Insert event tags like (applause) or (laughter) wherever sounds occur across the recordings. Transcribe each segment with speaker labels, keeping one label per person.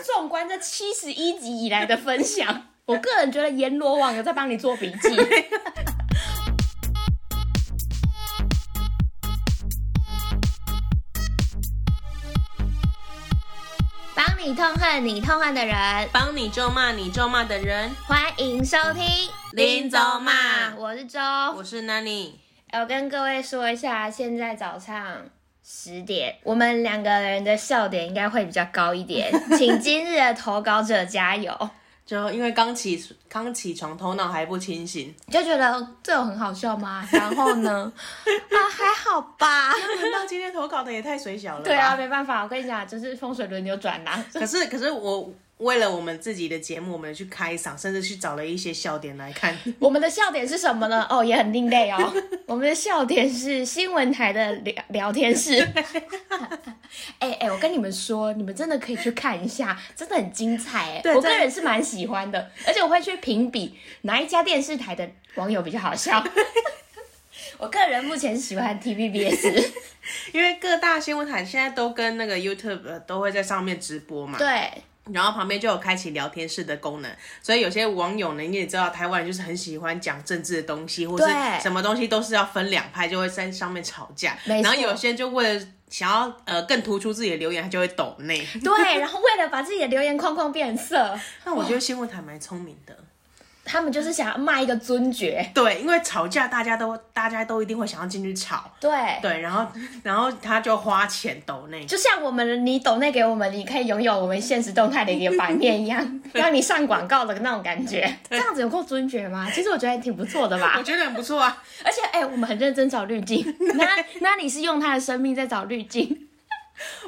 Speaker 1: 纵观这七十一集以来的分享， (laughs) 我个人觉得阎罗王有在帮你做笔记。 (laughs) 帮你痛恨你痛恨的人，
Speaker 2: 帮你咒骂你咒骂的人，
Speaker 1: 欢迎收听
Speaker 2: 林州骂
Speaker 1: 我是周。
Speaker 2: 我是 Nanny。
Speaker 1: 我跟各位说一下，现在早上十点，我们两个人的笑点应该会比较高一 (laughs) 点，请今日的投稿者加油。
Speaker 2: 就因为刚起刚起床，头脑还不清 (laughs) 醒，
Speaker 1: 你就觉得这有很好笑 (laughs) 吗？然后呢？啊，还好吧。
Speaker 2: 难啊道今天投稿的也太水小了
Speaker 1: (laughs)
Speaker 2: 吧？
Speaker 1: 对啊，没办法，我跟你讲，就是风水轮流转啊啦、
Speaker 2: 可是可是我为了我们自己的节目，我们去开嗓，甚至去找了一些笑点来 (laughs) 看。
Speaker 1: (laughs) 我们的笑点是什么呢？哦，也很另类 (laughs) 哦。我们的笑点是新闻台的聊聊天室。哎 (laughs) 哎、我跟你们说，你们真的可以去看一下，真的很精彩哎。
Speaker 2: 对
Speaker 1: 我个
Speaker 2: 真的
Speaker 1: 人是蛮喜欢的，而且我会去评比哪一家电视台的网友比较好 (laughs) 笑。我个人目前是喜欢 TVBS，
Speaker 2: 因为各大新闻台现在都跟那个 YouTube 呃都会在上面直播嘛，
Speaker 1: 对，
Speaker 2: 然后旁边就有开启聊天室的功能，所以有些网友呢，你也知道，台湾人就是很喜欢讲政治的东西，或是
Speaker 1: 对
Speaker 2: 什么东西都是要分两派，就会在上面吵架。
Speaker 1: 没
Speaker 2: 然
Speaker 1: 错
Speaker 2: 后有些人就为了想要呃更突出自己的留言，他就会抖内。
Speaker 1: (laughs) 对，然后为了把自己的留言框框变色，
Speaker 2: 那我觉得新闻台蛮聪明的，
Speaker 1: 他们就是想要卖一个尊爵。
Speaker 2: 对，因为吵架大家都大家都一定会想要进去吵，
Speaker 1: 对，
Speaker 2: 对，然后然后他就花钱抖内。
Speaker 1: 就像我们你抖内给我们，你可以拥有我们现实动态的一个版面一样，让你上广告的那种感觉。这样子有够尊爵吗？其实我觉得还挺不错的
Speaker 2: 我
Speaker 1: 吧。
Speaker 2: 觉得很不错啊，
Speaker 1: 而且，哎、我们很认真找滤镜。那那你是用他的生命在找滤镜，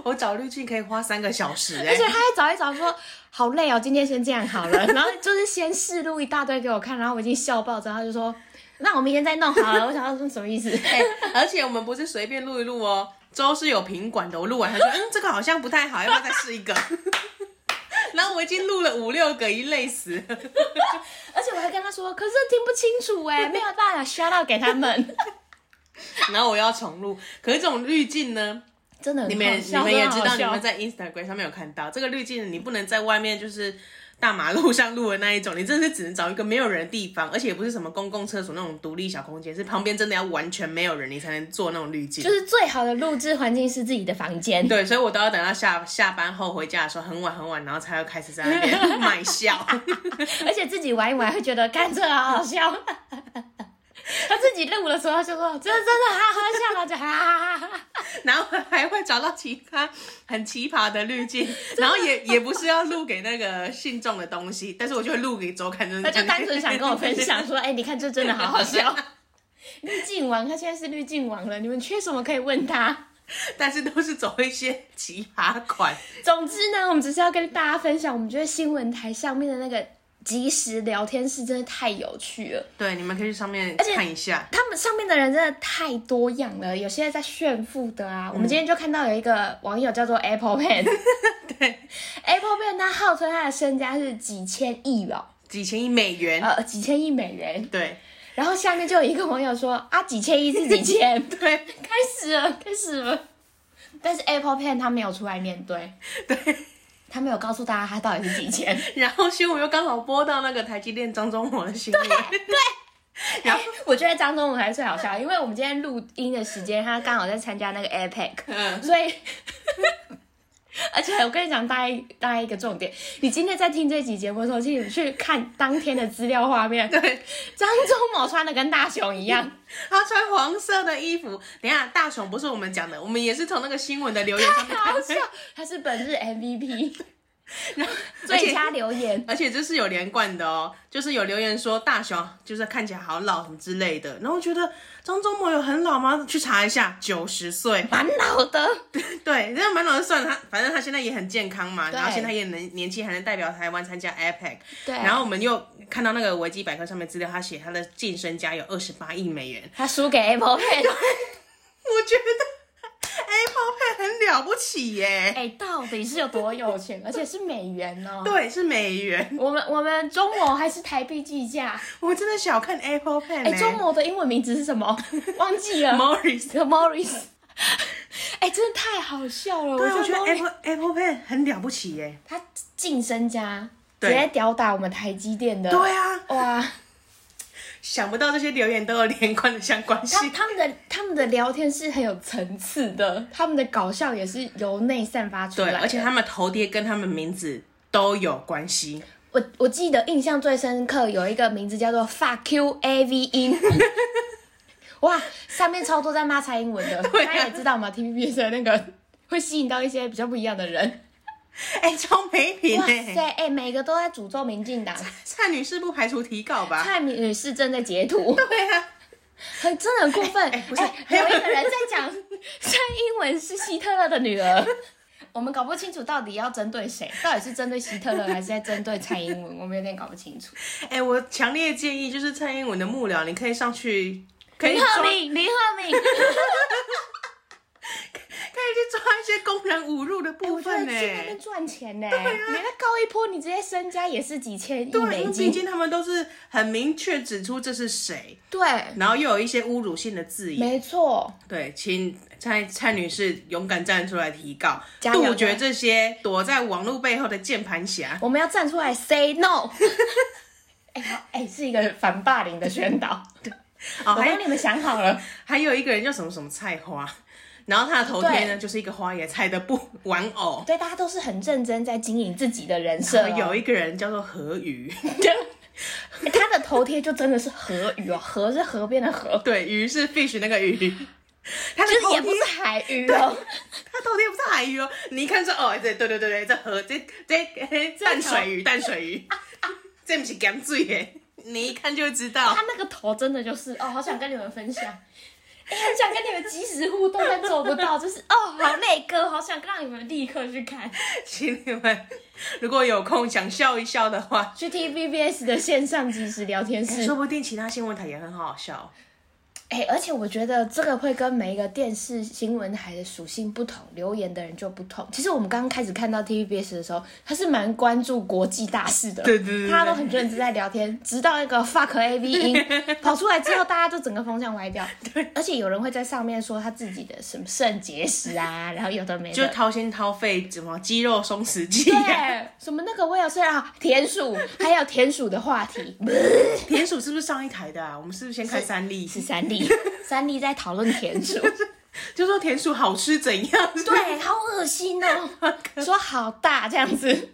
Speaker 2: 我找滤镜可以花三个小时哎、
Speaker 1: 而且他还找一找说好累哦，今天先这样好了。然后就是先试录一大堆给我看，然后我已经笑爆，然后他就说那我明天再弄好了。我想要说什么意思？
Speaker 2: 哎 (laughs) 而且我们不是随便录一录哦，周是有品管的。我录完他说，嗯，这个好像不太好，要不要再试一个？ (laughs) 然后我已经录了五六个，已经累死了。
Speaker 1: 而且我还跟他说，可是听不清楚 (laughs) 哎、没有办法 shout out 给他们。
Speaker 2: 然后我又要重录，可是这种滤镜呢，
Speaker 1: (laughs) 真的很
Speaker 2: 你们也
Speaker 1: 好
Speaker 2: 你
Speaker 1: 笑
Speaker 2: 们也
Speaker 1: 真的
Speaker 2: 知
Speaker 1: 好
Speaker 2: 道，你
Speaker 1: 笑
Speaker 2: 们在 Instagram 上面有看到这个滤镜，你不能在外面就是大马路上录的那一种，你真的是只能找一个没有人的地方，而且也不是什么公共厕所那种独立小空间，是旁边真的要完全没有人，你才能做那种滤镜。
Speaker 1: 就是最好的录制环境是自己的房间。
Speaker 2: (laughs) 对，所以我都要等到下下班后回家的时候很晚很晚，然后才会开始在
Speaker 1: (laughs)
Speaker 2: 那边卖笑。
Speaker 1: 而且自己玩一玩会觉得，干这好好笑。 (laughs) 他自己录的时候就说，真的真的哈哈笑了，就哈哈哈哈。
Speaker 2: 然后还会找到其他很奇葩的滤镜，然后也也不是要录给那个信众的东西，但是我就会录给周刊，就是
Speaker 1: 他就单纯想跟我分享
Speaker 2: (laughs) 对。
Speaker 1: 说，哎、你看这真的好好 (laughs) 笑。滤镜王，他现在是滤镜王了，你们缺什么可以问他。
Speaker 2: (laughs) 但是都是走一些奇葩款，
Speaker 1: 总之呢，我们只是要跟大家分享，我们觉得新闻台上面的那个即时聊天室真的太有趣了。
Speaker 2: 对，你们可以去上面
Speaker 1: 而且
Speaker 2: 看一下。
Speaker 1: 他们上面的人真的太多样了，有些在炫富的啊。我们今天就看到有一个网友叫做 Apple Pen，
Speaker 2: 对
Speaker 1: ，Apple Pen 他号称他的身家是几千亿哦，
Speaker 2: 几千亿美元，
Speaker 1: 呃，几千亿美元。
Speaker 2: 对 (laughs)
Speaker 1: 然后下面就有一个网友说啊，几千亿是几千，
Speaker 2: 对
Speaker 1: 开始了，开始了。但是 Apple Pen 他没有出来面对，
Speaker 2: 对。
Speaker 1: 他没有告诉大家他到底是几千。
Speaker 2: 然后新闻又刚好播到那个台积电张忠谋的新闻，然后
Speaker 1: 哎我觉得张忠谋还是最好笑，因为我们今天录音的时间，他刚好在参加那个 E APEC。
Speaker 2: 嗯，
Speaker 1: 所以，而且我跟你讲，大概大概一个重点，你今天在听这集节目的时候，请你去看当天的资料画面，
Speaker 2: 对，
Speaker 1: 张忠谋穿的跟大雄一样，
Speaker 2: 他穿黄色的衣服。等一下，大雄不是我们讲的，我们也是从那个新闻的留言上面
Speaker 1: 好
Speaker 2: 看
Speaker 1: 笑，他是本日 MVP (laughs)
Speaker 2: 然后而
Speaker 1: 最
Speaker 2: 且
Speaker 1: 佳留言。
Speaker 2: 而且这是有连贯的哦，就是有留言说大雄哦就是看起来好老什么之类的。然后我觉得张忠谋有很老吗？去查一下，九十岁。
Speaker 1: 蛮老的，
Speaker 2: 对，那蛮老就算了，他反正他现在也很健康嘛，
Speaker 1: 对
Speaker 2: 然后现在也能年轻，还能代表台湾参加 APEC。
Speaker 1: 对
Speaker 2: 然后我们又看到那个维基百科上面资料，他写他的净身家有二十八亿美元，
Speaker 1: 他输给 Apple Pen，
Speaker 2: 我觉得 Apple Pay 很了不起耶。
Speaker 1: 哎、到底是有多有钱，而且是美元哦。
Speaker 2: 对，是美元，
Speaker 1: 我们我们中谋还是台币计价，
Speaker 2: 我真的小看 Apple Pay 呢、
Speaker 1: 哎、中谋的英文名字是什么？忘记了。
Speaker 2: Morris，
Speaker 1: 这个 Morris，哎、真的太好笑了！
Speaker 2: 对，我
Speaker 1: 我
Speaker 2: 觉得啊
Speaker 1: Morris
Speaker 2: 哎 Apple Apple Pay 很了不起耶。
Speaker 1: 他晋升家直
Speaker 2: 对
Speaker 1: 接吊打我们台积电的，
Speaker 2: 对啊，
Speaker 1: 哇，
Speaker 2: 想不到这些留言都有连贯的相关
Speaker 1: 他
Speaker 2: 性。
Speaker 1: 他们的他们的聊天是很有层次的，他们的搞笑也是由内散发出
Speaker 2: 对
Speaker 1: 来，的，
Speaker 2: 而且他们头贴跟他们名字都有关系。
Speaker 1: 我我记得印象最深刻有一个名字叫做 Fuck You A V 音。 (laughs) 哇，上面超多在骂蔡英文的，
Speaker 2: (laughs) 对啊
Speaker 1: 大家也知道嘛，TVBS 的那个会吸引到一些比较不一样的人。
Speaker 2: (laughs) 哎、超没品
Speaker 1: 哇
Speaker 2: 哎、
Speaker 1: 塞，哎、每个都在诅咒民进党，
Speaker 2: 蔡女士不排除提告吧？
Speaker 1: 蔡女士正在截 (laughs) 图，
Speaker 2: (laughs) 对啊，
Speaker 1: 很真的很过分。哎、
Speaker 2: 不是
Speaker 1: 还有一个人在讲 (laughs) 蔡英文是希特勒的女儿， (laughs) 我们搞不清楚到底要针对谁，到底是针对希特勒还是在针对蔡英文，我们有点搞不清 (laughs) 楚。
Speaker 2: 哎、我强烈建议就是蔡英文的幕僚，你可以上去，可以
Speaker 1: 林
Speaker 2: 抓，
Speaker 1: 鹤
Speaker 2: 可以去
Speaker 1: 敏，林鹤敏。
Speaker 2: 抓一些公然侮辱的部
Speaker 1: 我觉得
Speaker 2: 分啊
Speaker 1: 去
Speaker 2: 哎、
Speaker 1: 那边赚钱呢、你那高一波，你直接身家也是几千亿
Speaker 2: 对，因
Speaker 1: 美
Speaker 2: 为毕
Speaker 1: 金，
Speaker 2: 竟他们都是很明确指出这是谁，
Speaker 1: 对，
Speaker 2: 然后又有一些侮辱性的字眼。
Speaker 1: 没错，
Speaker 2: 对，请蔡蔡女士勇敢站出来提告，
Speaker 1: 加油
Speaker 2: 杜绝这些躲在网络背后的键盘侠。
Speaker 1: 我们要站出来 say
Speaker 2: (laughs)
Speaker 1: no。哎、好，哎、是一个反霸凌的宣
Speaker 2: (laughs)
Speaker 1: 导，
Speaker 2: 哦，
Speaker 1: 我
Speaker 2: 还有
Speaker 1: 帮你们想好了，
Speaker 2: 还有一个人叫什么什么菜花，然后他的头贴呢就是一个花椰菜的布玩偶，
Speaker 1: 对，大家都是很认真在经营自己的人设、
Speaker 2: 然
Speaker 1: 哦
Speaker 2: 后。有一个人叫做河鱼，
Speaker 1: (laughs) 哎他的头贴就真的是河鱼哦，河是河边的河，
Speaker 2: 对，鱼是 fish 那个鱼，他
Speaker 1: 就
Speaker 2: 的
Speaker 1: 是
Speaker 2: 头
Speaker 1: 也
Speaker 2: 贴
Speaker 1: 不是海鱼哦，
Speaker 2: 他头贴不是海鱼哦，你一看说哦，这对对对对，这河这这嘿淡水鱼淡水鱼， (laughs) 这不是咸水耶，你一看就会知道
Speaker 1: 他。那个头真的就是哦，好想跟你们分享，哎、很想跟你们及时互动，但做不到，就是哦，好内哥，好想让你们立刻去看，
Speaker 2: 请你们如果有空想笑一笑的话，
Speaker 1: 去 TVBS 的线上即时聊天室
Speaker 2: 哎说。不定其他新闻台也很好笑。
Speaker 1: 哎、而且我觉得这个会跟每一个电视新闻台的属性不同，留言的人就不同。其实我们刚刚开始看到 TVBS 的时候，他是蛮关注国际大事的，
Speaker 2: 对对对对
Speaker 1: 大家都很认真在聊天，直到那个 fuck A V 音
Speaker 2: (laughs)
Speaker 1: 跑出来之后，大家就整个风向歪掉。对，而且有人会在上面说他自己的什么肾结石啊，然后有的没
Speaker 2: (laughs) 就
Speaker 1: 的。
Speaker 2: 掏心掏肺，什么肌肉松弛剂、啊，
Speaker 1: 对，什么那个威尔森啊，田鼠，还有田鼠的话题，
Speaker 2: 田鼠是不是上一台的啊？我们是不是先看三例？
Speaker 1: 是三
Speaker 2: (laughs)
Speaker 1: 立，三立在讨论田鼠。
Speaker 2: 就说田鼠好吃怎样？
Speaker 1: 对，好恶心
Speaker 2: (laughs)
Speaker 1: 哦，说好大这样子，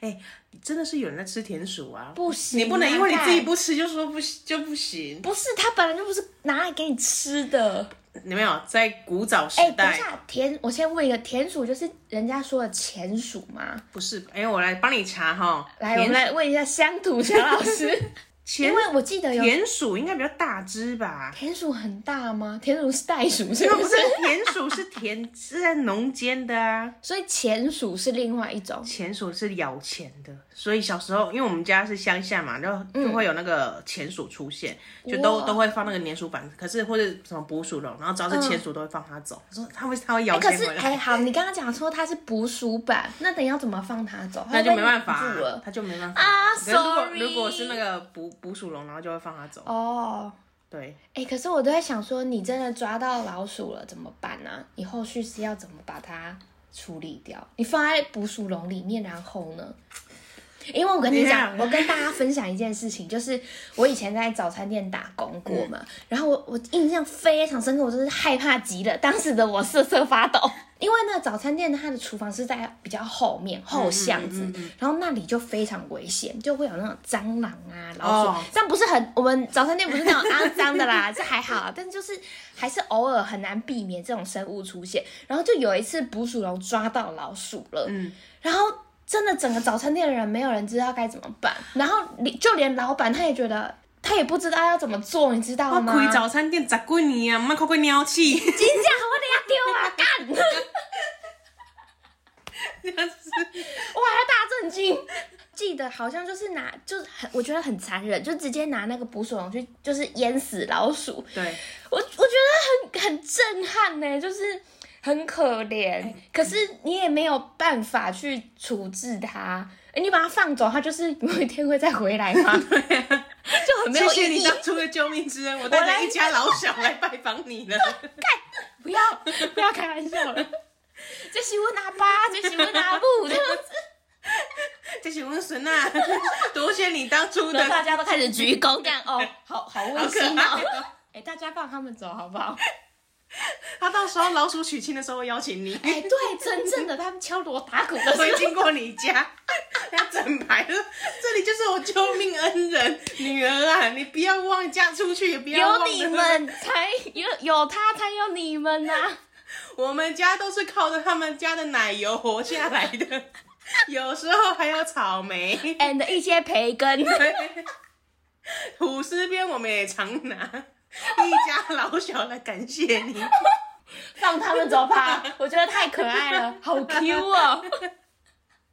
Speaker 2: 哎真的是有人在吃田鼠啊！
Speaker 1: 不行啊
Speaker 2: 你不能因为你自己
Speaker 1: 干
Speaker 2: 不吃就说不行就不行。
Speaker 1: 不是它本来就不是拿来给你吃的。
Speaker 2: 你没有在古早时
Speaker 1: 哎、等一
Speaker 2: 代，
Speaker 1: 下，田，我先问一个，田鼠就是人家说的钱鼠吗？
Speaker 2: 不是？哎、我来帮你查哈。
Speaker 1: 来，我们来问一下乡土小老师，因
Speaker 2: (laughs) 田
Speaker 1: 为我记得有
Speaker 2: 田鼠应该比较大只 (laughs) 吧？
Speaker 1: 田鼠很大吗？田鼠是袋鼠是
Speaker 2: 那
Speaker 1: 不
Speaker 2: (laughs) 不
Speaker 1: 是
Speaker 2: 是？田鼠是田 (laughs) 是在农间的啊，
Speaker 1: 所以钱鼠是另外一种。
Speaker 2: 田鼠是咬钱的，所以小时候因为我们家是乡下嘛，然后就会有那个钱鼠出现，就
Speaker 1: 嗯
Speaker 2: 都
Speaker 1: 哇嗯
Speaker 2: 都会放那个粘鼠板，可是或者什么捕鼠笼，然后只要是钱鼠都会放它走，说它会它会
Speaker 1: 哎、
Speaker 2: 咬
Speaker 1: 可
Speaker 2: 钱
Speaker 1: 是
Speaker 2: 回来，
Speaker 1: 哎、好，你刚刚讲说它是捕鼠版，那等一下怎么放它走？
Speaker 2: 那就
Speaker 1: 它
Speaker 2: 没
Speaker 1: 被
Speaker 2: 办法、
Speaker 1: 黏住
Speaker 2: 啊
Speaker 1: 了，
Speaker 2: 它就没办法
Speaker 1: 哎啊
Speaker 2: 可是如果
Speaker 1: sorry
Speaker 2: 如果是那个捕捕鼠笼，然后就会放它走，
Speaker 1: 哦。
Speaker 2: 对，
Speaker 1: 哎、可是我都在想说，你真的抓到老鼠了怎么办呢、你后续是要怎么把它处理掉？你放在捕鼠笼里面，然后呢？因为我跟你讲，
Speaker 2: 怎样
Speaker 1: 我跟大家分享一件事情，就是我以前在早餐店打工过
Speaker 2: 嗯
Speaker 1: 嘛，然后我我印象非常深刻，我真是害怕极了，当时的我瑟瑟发抖。因为呢，早餐店它的厨房是在比较后面后
Speaker 2: 嗯
Speaker 1: 巷子，然后那里就非常危险，就会有那种蟑螂啊、老鼠，
Speaker 2: 哦
Speaker 1: 但不是很，我们早餐店不是那种肮脏的
Speaker 2: (laughs)
Speaker 1: 啦，这还好，啊但就是还是偶尔很难避免这种生物出现。然后就有一次捕鼠笼抓到老鼠了，
Speaker 2: 嗯
Speaker 1: 然后真的整个早餐店的人没有人知道该怎么办，然后你就连老板他也觉得他也不知道要怎么做，你知道
Speaker 2: 我
Speaker 1: 吗？
Speaker 2: 开早餐店十几年啊，唔靠过鸟气， (laughs)
Speaker 1: 金价我得要丢啊！干， (laughs)
Speaker 2: 这样子
Speaker 1: 我还大震惊。记得好像就是拿，就是很我觉得很残忍，就直接拿那个捕鼠笼去，就是淹死老鼠。
Speaker 2: 对。
Speaker 1: 我我觉得很很震撼呢、就是很可怜，可是你也没有办法去处置它。诶你把它放走，它就是有一天会再回来吗？ (laughs) 啊就很没有
Speaker 2: 谢谢
Speaker 1: 意
Speaker 2: 你
Speaker 1: 义。
Speaker 2: 当初的救命之恩，我带着一家老小来拜访
Speaker 1: (laughs)
Speaker 2: 你了。
Speaker 1: 不要 (laughs) 不要开玩笑了，这是问阿爸，这是问阿母，这样子。
Speaker 2: 请问神啊， (laughs) 多谢你当
Speaker 1: (laughs)
Speaker 2: 初
Speaker 1: 然后
Speaker 2: 的，
Speaker 1: 大家都开始鞠躬，这样哦，好好
Speaker 2: 好
Speaker 1: 温
Speaker 2: 可
Speaker 1: 馨
Speaker 2: 爱、
Speaker 1: 哦。
Speaker 2: 哦。
Speaker 1: (laughs) 哎，大家放他们走好不好？
Speaker 2: 他到时候老鼠娶亲的时候会邀 (laughs) 请你，
Speaker 1: 哎，对，真正的他们敲锣打鼓 (laughs) 的时
Speaker 2: 会
Speaker 1: 候，
Speaker 2: 经过你家， (laughs) 要整排的，这里就是我救命恩 (laughs) 人女儿啊！你不要忘嫁出去，也不要
Speaker 1: 有
Speaker 2: 忘
Speaker 1: 你，们才有有他才有你们呐、啊。
Speaker 2: 我们家都是靠着他们家的奶油活下来的， (laughs) 有时候还有草莓、
Speaker 1: and 一些培根。
Speaker 2: 吐司边，我们也常拿。一家老小来感谢你，
Speaker 1: (laughs) 放他们走吧， (laughs) 我觉得太可爱 (laughs) 了，好 Q 哦， (laughs)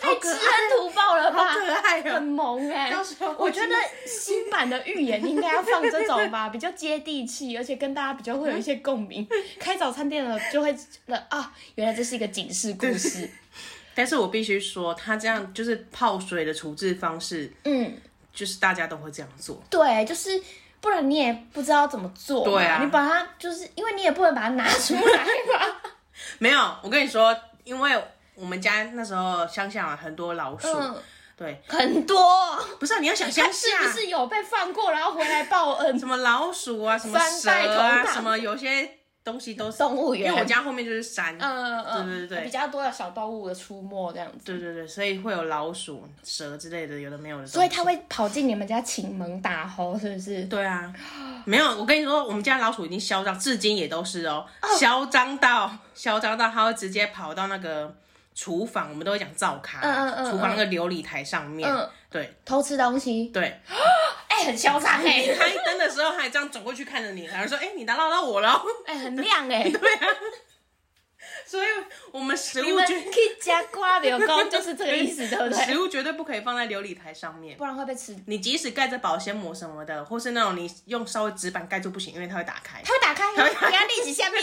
Speaker 1: 太知恩图报了吧
Speaker 2: 好，可爱
Speaker 1: 很
Speaker 2: 哦、
Speaker 1: 萌哎、
Speaker 2: 到时候
Speaker 1: 我觉得新版的预言应该要放这种吧， (laughs) 比较接地气，而且跟大家比较会有一些共 (laughs) 鸣。开早餐店了就会觉得啊，原来这是一个警示故事。
Speaker 2: (laughs) 但是我必须说，他这样就是泡水的处置方式，
Speaker 1: 嗯，
Speaker 2: 就是大家都会这样做。
Speaker 1: 对，就是。不然你也不知道怎么做嘛，
Speaker 2: 对啊
Speaker 1: 你把它就是因为你也不能把它拿出来嘛，
Speaker 2: 没有，我跟你说，因为我们家那时候乡下有很多老鼠，
Speaker 1: (laughs) 嗯，
Speaker 2: 对，
Speaker 1: 很多，
Speaker 2: 不是啊、你要想乡
Speaker 1: 他
Speaker 2: 下
Speaker 1: 是不 (laughs) 是有被放过，然后回来报恩？
Speaker 2: 什么老鼠啊，什么蛇
Speaker 1: 三代同
Speaker 2: 啊，
Speaker 1: 堂
Speaker 2: 什么有些东西都是，
Speaker 1: 动物
Speaker 2: 因
Speaker 1: 园，
Speaker 2: 为我家后面就是山，
Speaker 1: 嗯，嗯嗯，
Speaker 2: 对对对
Speaker 1: 比较多的小动物的出没这样子，
Speaker 2: 对对对，所以会有老鼠、蛇之类的，有的没有的东西。
Speaker 1: 所以它会跑进你们家请门打吼，是不是？
Speaker 2: 对啊，没有，我跟你说，我们家老鼠已经嚣张，至今也都是哦，嚣张到嚣张到，它会直接跑到那个厨房，我们都会讲灶咖，
Speaker 1: 嗯嗯嗯
Speaker 2: 厨房那个琉璃台上面，
Speaker 1: 嗯
Speaker 2: 对
Speaker 1: 偷吃东西，
Speaker 2: 对，
Speaker 1: 哎、很嚣张哎，
Speaker 2: 你开灯的时候，他还这样转过去看着你，然后说：“哎、你打扰到我了。 (laughs) 啊
Speaker 1: 哎、很亮 (laughs) 哎、”
Speaker 2: 所以，我们食
Speaker 1: 你
Speaker 2: 物
Speaker 1: 们
Speaker 2: 绝
Speaker 1: 去加瓜柳工就是这个意思，对不对？ (laughs)
Speaker 2: 食物绝对不可以放在琉璃台上面。
Speaker 1: 不然会被吃。
Speaker 2: 你即使盖着保鲜膜什么的，或是那种你用稍微纸板盖住不行，因为它会打开。
Speaker 1: 它会打开，
Speaker 2: 它会打开
Speaker 1: 你要立起下面，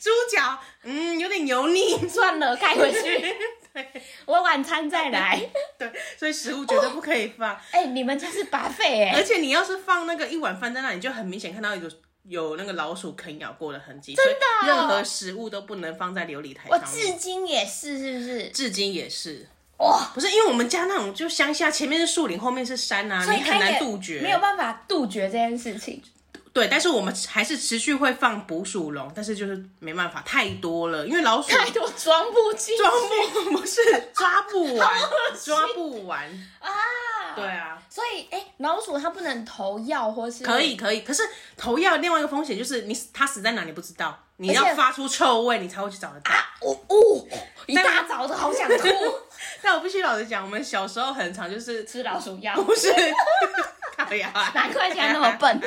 Speaker 2: 猪脚，嗯，有点油腻。
Speaker 1: (laughs)
Speaker 2: (laughs)
Speaker 1: 算了，盖回去， (laughs) 我晚餐再来。 (laughs)
Speaker 2: 对，所以食物绝对不可以放。
Speaker 1: 哎、你们家是拔费哎，
Speaker 2: 而且你要是放那个一碗饭在那里，你就很明显看到有有那个老鼠啃咬过的痕迹。真
Speaker 1: 的哦
Speaker 2: 任何食物都不能放在琉璃台
Speaker 1: 我
Speaker 2: 上面。
Speaker 1: 至今也是，是不是？
Speaker 2: 至今也是。
Speaker 1: 哇，
Speaker 2: 不是因为我们家那种就乡下，前面是树林，后面是山啊，
Speaker 1: 所以
Speaker 2: 你很
Speaker 1: 开
Speaker 2: 难
Speaker 1: 店
Speaker 2: 杜绝。
Speaker 1: 没有办法杜绝这件事情。
Speaker 2: 对，但是我们还是持续会放捕鼠笼，但是就是没办法，太多了，因为老鼠
Speaker 1: 太多装不进去
Speaker 2: 抓不不是抓不完，抓不完。
Speaker 1: 啊。
Speaker 2: 对，啊，
Speaker 1: 所以哎、老鼠它不能投药或是
Speaker 2: 可以可以，可是头药另外一个风险就是你它死在哪你不知道，你
Speaker 1: 而
Speaker 2: 要
Speaker 1: 且
Speaker 2: 发出臭味你才会去找得到。
Speaker 1: 啊，我哦，一大早都好想
Speaker 2: (laughs)
Speaker 1: 吐，
Speaker 2: 但我必须老实讲，我们小时候很常就是
Speaker 1: 吃老鼠药，(laughs)
Speaker 2: 不是靠呀啊，
Speaker 1: 难怪现在那么
Speaker 2: (laughs)
Speaker 1: 笨，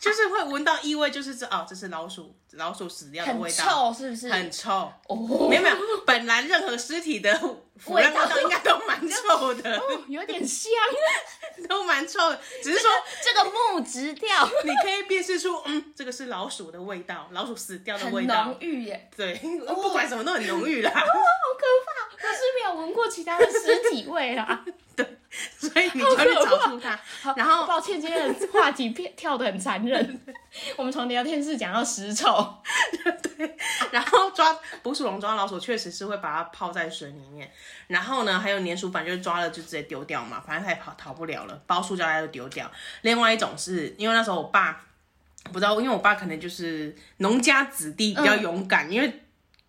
Speaker 2: 就是会闻到异味，就是这哦，这是老鼠老鼠死掉的
Speaker 1: 很
Speaker 2: 味道，
Speaker 1: 臭是不是？
Speaker 2: 很臭。
Speaker 1: 哦
Speaker 2: 没有没有，本来任何尸体的腐烂味
Speaker 1: 味
Speaker 2: 道
Speaker 1: 道
Speaker 2: 应该都蛮臭的，
Speaker 1: 哦，有点香， (laughs)
Speaker 2: 都蛮臭的。只是说
Speaker 1: 这个木质调
Speaker 2: 你可以辨识出，嗯，这个是老鼠的味道，老鼠死掉的
Speaker 1: 很
Speaker 2: 味
Speaker 1: 浓哦
Speaker 2: 道。
Speaker 1: 郁耶，
Speaker 2: 对，不管什么都很
Speaker 1: (laughs)
Speaker 2: 浓郁啦，
Speaker 1: 哦，好可怕，我是没有闻过其他的尸体味
Speaker 2: (laughs)
Speaker 1: 啦。
Speaker 2: 所以你就去找出它。
Speaker 1: 好
Speaker 2: 然后
Speaker 1: 抱歉，今天的话题变跳得很残忍，
Speaker 2: (laughs)
Speaker 1: 我们从聊天室讲到尸臭，
Speaker 2: 然后抓捕鼠笼抓老鼠，确实是会把它泡在水里面。然后呢，还有粘鼠板，就是抓了就直接丢掉嘛，反正它也跑逃不了了，包塑胶袋就丢掉。另外一种是因为那时候我爸不知道，因为我爸可能就是农家子弟比较勇敢，因为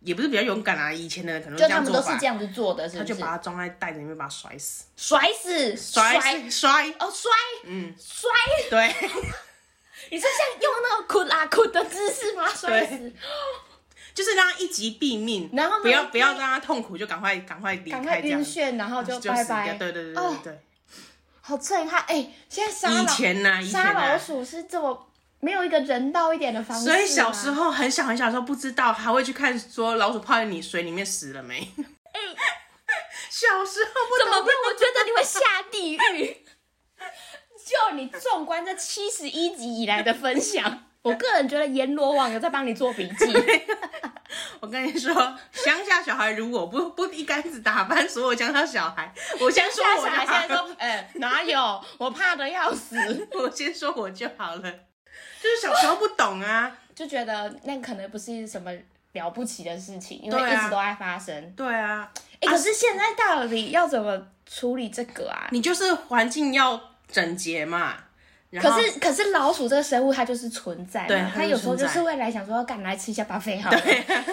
Speaker 2: 也不是比较勇敢啊，以前的人可能
Speaker 1: 嗯
Speaker 2: 会
Speaker 1: 就
Speaker 2: 这
Speaker 1: 他
Speaker 2: 样
Speaker 1: 们
Speaker 2: 做
Speaker 1: 都是
Speaker 2: 法
Speaker 1: 这。样子做的，是
Speaker 2: 他
Speaker 1: 不
Speaker 2: 就是把？它装在袋子里面，把它摔死，
Speaker 1: 甩死，
Speaker 2: 摔死摔，
Speaker 1: 哦，摔，
Speaker 2: 嗯，
Speaker 1: 摔，
Speaker 2: 对 (laughs)
Speaker 1: 你是像用那种哭啦哭的姿势吗？摔死，
Speaker 2: 就是让它一击毙命，
Speaker 1: 然后呢
Speaker 2: 不要不要让它痛苦，就赶快赶快离
Speaker 1: 赶快
Speaker 2: 开这
Speaker 1: 晕
Speaker 2: 样，
Speaker 1: 眩，然后就
Speaker 2: 就
Speaker 1: 拜
Speaker 2: 死掉。
Speaker 1: 拜。
Speaker 2: 对对对对
Speaker 1: 哦
Speaker 2: 对
Speaker 1: 好震撼！哎，现在杀
Speaker 2: 对，以
Speaker 1: 老
Speaker 2: 前呐，以前啊
Speaker 1: 杀
Speaker 2: 呐
Speaker 1: 老。鼠是这么没有一个人道一点的方式啊。
Speaker 2: 所以小时候很小很小的时候不知道，还会去看说老鼠泡在你水里面死了没。 (laughs) 小时候不
Speaker 1: 哎怎
Speaker 2: 懂
Speaker 1: 么办？我觉得你会下地狱。 (laughs) 就你纵观这七十一集以来的分
Speaker 2: (laughs)
Speaker 1: 享，我个人觉得阎罗王有在帮你做笔记。
Speaker 2: 我跟你说，乡下小孩如果不不一竿子打翻所有乡下小孩，我先说
Speaker 1: 下小
Speaker 2: 我就
Speaker 1: 孩
Speaker 2: 好
Speaker 1: 现在
Speaker 2: 了。
Speaker 1: 说，哎，哪有？我怕的要死，
Speaker 2: (laughs) 我先说我就好了。就是小时候不懂啊，
Speaker 1: 就觉得那可能不是什么了不起的事情，因为
Speaker 2: 对啊
Speaker 1: 一直都在发生。
Speaker 2: 对啊，
Speaker 1: 哎、可是现在到底要怎么处理这个啊？
Speaker 2: 你就是环境要整洁嘛。然后
Speaker 1: 可是可是老鼠这个生物它就是存在
Speaker 2: 对
Speaker 1: 嘛，
Speaker 2: 它
Speaker 1: 它有时候就
Speaker 2: 就存在
Speaker 1: 是会来想说，赶来吃一下巴菲好了，
Speaker 2: 对啊，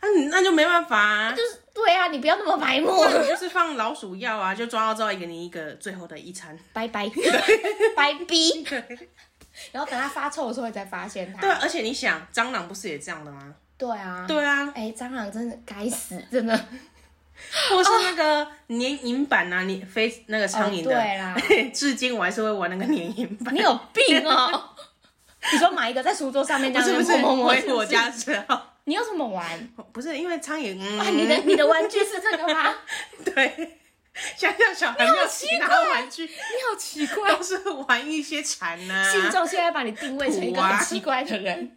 Speaker 2: 啊你那就没办法、啊，
Speaker 1: 就是对啊，你不要那么白
Speaker 2: (laughs)
Speaker 1: 目，
Speaker 2: 那你就是放老鼠药啊，就抓到之后给你一个最后的一餐。
Speaker 1: 拜拜拜逼，然后等它发臭的时候你才发现
Speaker 2: 对
Speaker 1: 它。
Speaker 2: 啊，而且你想，蟑螂不是也这样的吗？
Speaker 1: 对啊，
Speaker 2: 对啊，
Speaker 1: 哎、蟑螂真的该死，真的。
Speaker 2: 或是那个粘蝇板啊，你飞那个苍蝇
Speaker 1: 哦哦、对啦，
Speaker 2: 的， (laughs) 至今我还是会玩那个粘蝇板
Speaker 1: 你。有病
Speaker 2: (laughs)
Speaker 1: 哦！你说买一个在书桌上面这
Speaker 2: 不
Speaker 1: 样
Speaker 2: 是不是，
Speaker 1: 摸摸摸
Speaker 2: 回
Speaker 1: 是不是
Speaker 2: 我家之后，
Speaker 1: 你有什么玩？
Speaker 2: (laughs) 不是因为苍蝇，嗯，
Speaker 1: 啊，你的你的玩具是这个吗？
Speaker 2: 对， (laughs) 想想小孩没有其他玩具，
Speaker 1: (laughs) 你好奇怪，
Speaker 2: 都是玩一些蝉啊、
Speaker 1: 信众现在把你定位成一个很奇怪的人，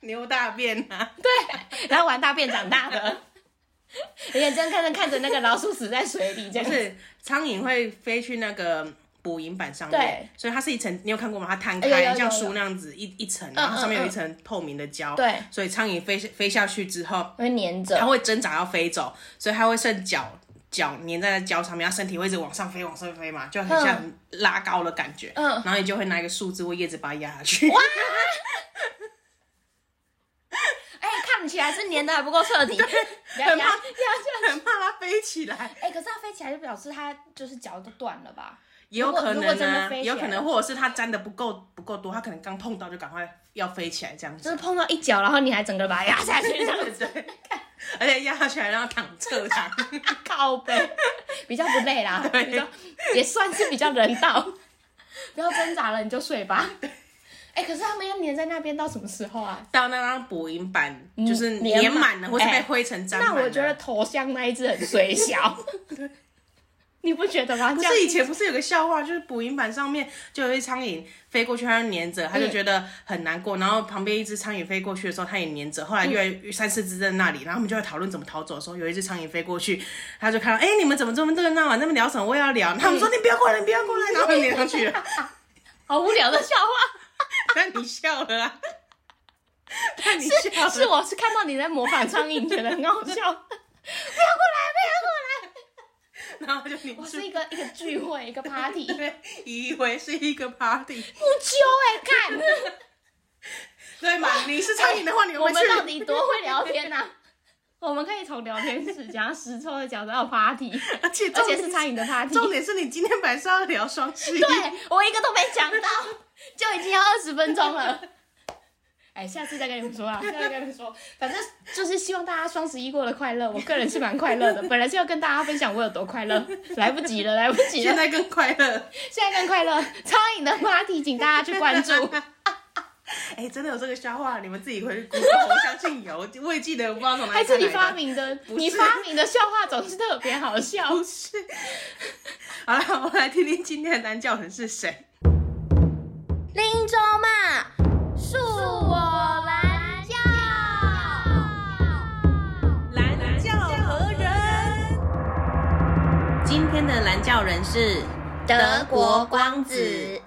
Speaker 2: 牛大便啊。
Speaker 1: 对，然后玩大便长大的，眼睁看着看着那个老鼠死在水里，这
Speaker 2: 就
Speaker 1: 样
Speaker 2: 是苍蝇会飞去那个捕蝇板上面，所以它是一层，你有看过吗？它摊
Speaker 1: 哎有有
Speaker 2: 开
Speaker 1: 有
Speaker 2: 像
Speaker 1: 有
Speaker 2: 书那样子一一层，
Speaker 1: 嗯
Speaker 2: 然后上面有
Speaker 1: 嗯
Speaker 2: 一层透明的胶，
Speaker 1: 对，
Speaker 2: 所以苍蝇飞飞下去之后，
Speaker 1: 会粘
Speaker 2: 它
Speaker 1: 着。
Speaker 2: 会挣扎要飞走，所以它会剩脚。脚粘在胶上面，它身体会一直往上飞，往上飞嘛，就很像拉高的感觉。
Speaker 1: 嗯
Speaker 2: 然后你就会拿一个树枝或叶子把它压下去。
Speaker 1: 哎、看起来是粘的还不够彻 (laughs) 底，要要
Speaker 2: 很怕
Speaker 1: 要要。
Speaker 2: (laughs) 很怕它飞起来，
Speaker 1: 哎、可是它飞起来就表示它就是脚都断了吧？
Speaker 2: 也有
Speaker 1: 如果
Speaker 2: 可
Speaker 1: 如
Speaker 2: 能
Speaker 1: 果真的
Speaker 2: 啊，
Speaker 1: 飞
Speaker 2: 也
Speaker 1: 起
Speaker 2: 有可
Speaker 1: 来
Speaker 2: 能，或者是它粘的不够不够多，它可能刚碰到就赶快要飞起来这样子
Speaker 1: 就。是碰到一脚，然后你还整个把它压下去，这样子
Speaker 2: (laughs) 对，而且压下去还让它躺侧躺，
Speaker 1: 靠背， (laughs) 比较不累啦，
Speaker 2: (laughs) 对
Speaker 1: 比较也算是比较人道。 (laughs) 不要挣扎了，你就睡吧。哎、可是他们要粘在那边到什么时候啊？
Speaker 2: (laughs) 到那张捕蝇板
Speaker 1: 嗯
Speaker 2: 就是
Speaker 1: 粘
Speaker 2: 粘满了，
Speaker 1: 满
Speaker 2: 或是被
Speaker 1: 哎
Speaker 2: 灰尘沾满啊
Speaker 1: 那
Speaker 2: 了。
Speaker 1: 我觉得头像那一只很水
Speaker 2: (laughs)
Speaker 1: 小，你不觉得吗？
Speaker 2: 不
Speaker 1: 这样
Speaker 2: 是以前不是有个笑话，就是捕蝇板上面就有一苍蝇飞过去，它就粘着，它就觉得很难过。然后旁边一只苍蝇飞过去的时候，它也粘着。
Speaker 1: 嗯
Speaker 2: 后来越来越三四只在那里，然后他们就在讨论怎么逃走的时候，有一只苍蝇飞过去，它就看到，哎、你们怎么这么热闹啊？那么聊什么？我也要聊。他们说你不要过来，你不要过来，然后就粘上去啊了。
Speaker 1: (laughs) 好无聊的笑话，
Speaker 2: 但你笑
Speaker 1: (laughs)
Speaker 2: 了啊，但你 (laughs) 笑了，
Speaker 1: 是我是看到你在模仿苍蝇，觉得很
Speaker 2: (laughs)
Speaker 1: 好笑。
Speaker 2: 然后就你
Speaker 1: 我
Speaker 2: 去
Speaker 1: 是一个一个聚会，一个
Speaker 2: (laughs)
Speaker 1: party，不
Speaker 2: 对，以为是一个 party。
Speaker 1: 揪哎、看
Speaker 2: 对嘛？
Speaker 1: (laughs)
Speaker 2: 你是苍蝇的话，你
Speaker 1: 我
Speaker 2: 会
Speaker 1: 们到
Speaker 2: 去。
Speaker 1: 底多会聊天啊呐、 (laughs) 我们可以从聊天室讲到实抽的讲到 (laughs) party，
Speaker 2: 而且
Speaker 1: 而
Speaker 2: 重
Speaker 1: 且
Speaker 2: 点
Speaker 1: 是苍蝇 (laughs) 的 party。
Speaker 2: 重点是你今天本来是要聊双十一，
Speaker 1: 对我一个都没讲到，就已经要二十分钟了。哎，下次再跟你们说啦，下次再跟你们说。反正就是希望大家双十一过得快乐，我个人是蛮快乐的。本来是要跟大家分享我有多快乐，来不及了，来不
Speaker 2: (laughs)
Speaker 1: 及
Speaker 2: 现
Speaker 1: 了，
Speaker 2: 在更快乐。
Speaker 1: 现在更快乐。苍蝇的 party，请大家去关注。
Speaker 2: (laughs) 哎、真的有这个笑话，你们自己回去 Google，我相信有，我也记得，我不知道从
Speaker 1: (laughs)
Speaker 2: 哪
Speaker 1: 还
Speaker 2: 里
Speaker 1: 是啊
Speaker 2: 看
Speaker 1: 你
Speaker 2: 来
Speaker 1: 发
Speaker 2: 的。
Speaker 1: 明的，
Speaker 2: 是
Speaker 1: 你发明的笑话总是特别好 (laughs) 笑。
Speaker 2: 好了，我们来听听今天的男教人是谁。
Speaker 3: 林州嘛，恕我蓝教。
Speaker 2: 蓝教何人？今天的蓝教人是
Speaker 3: 德国光子。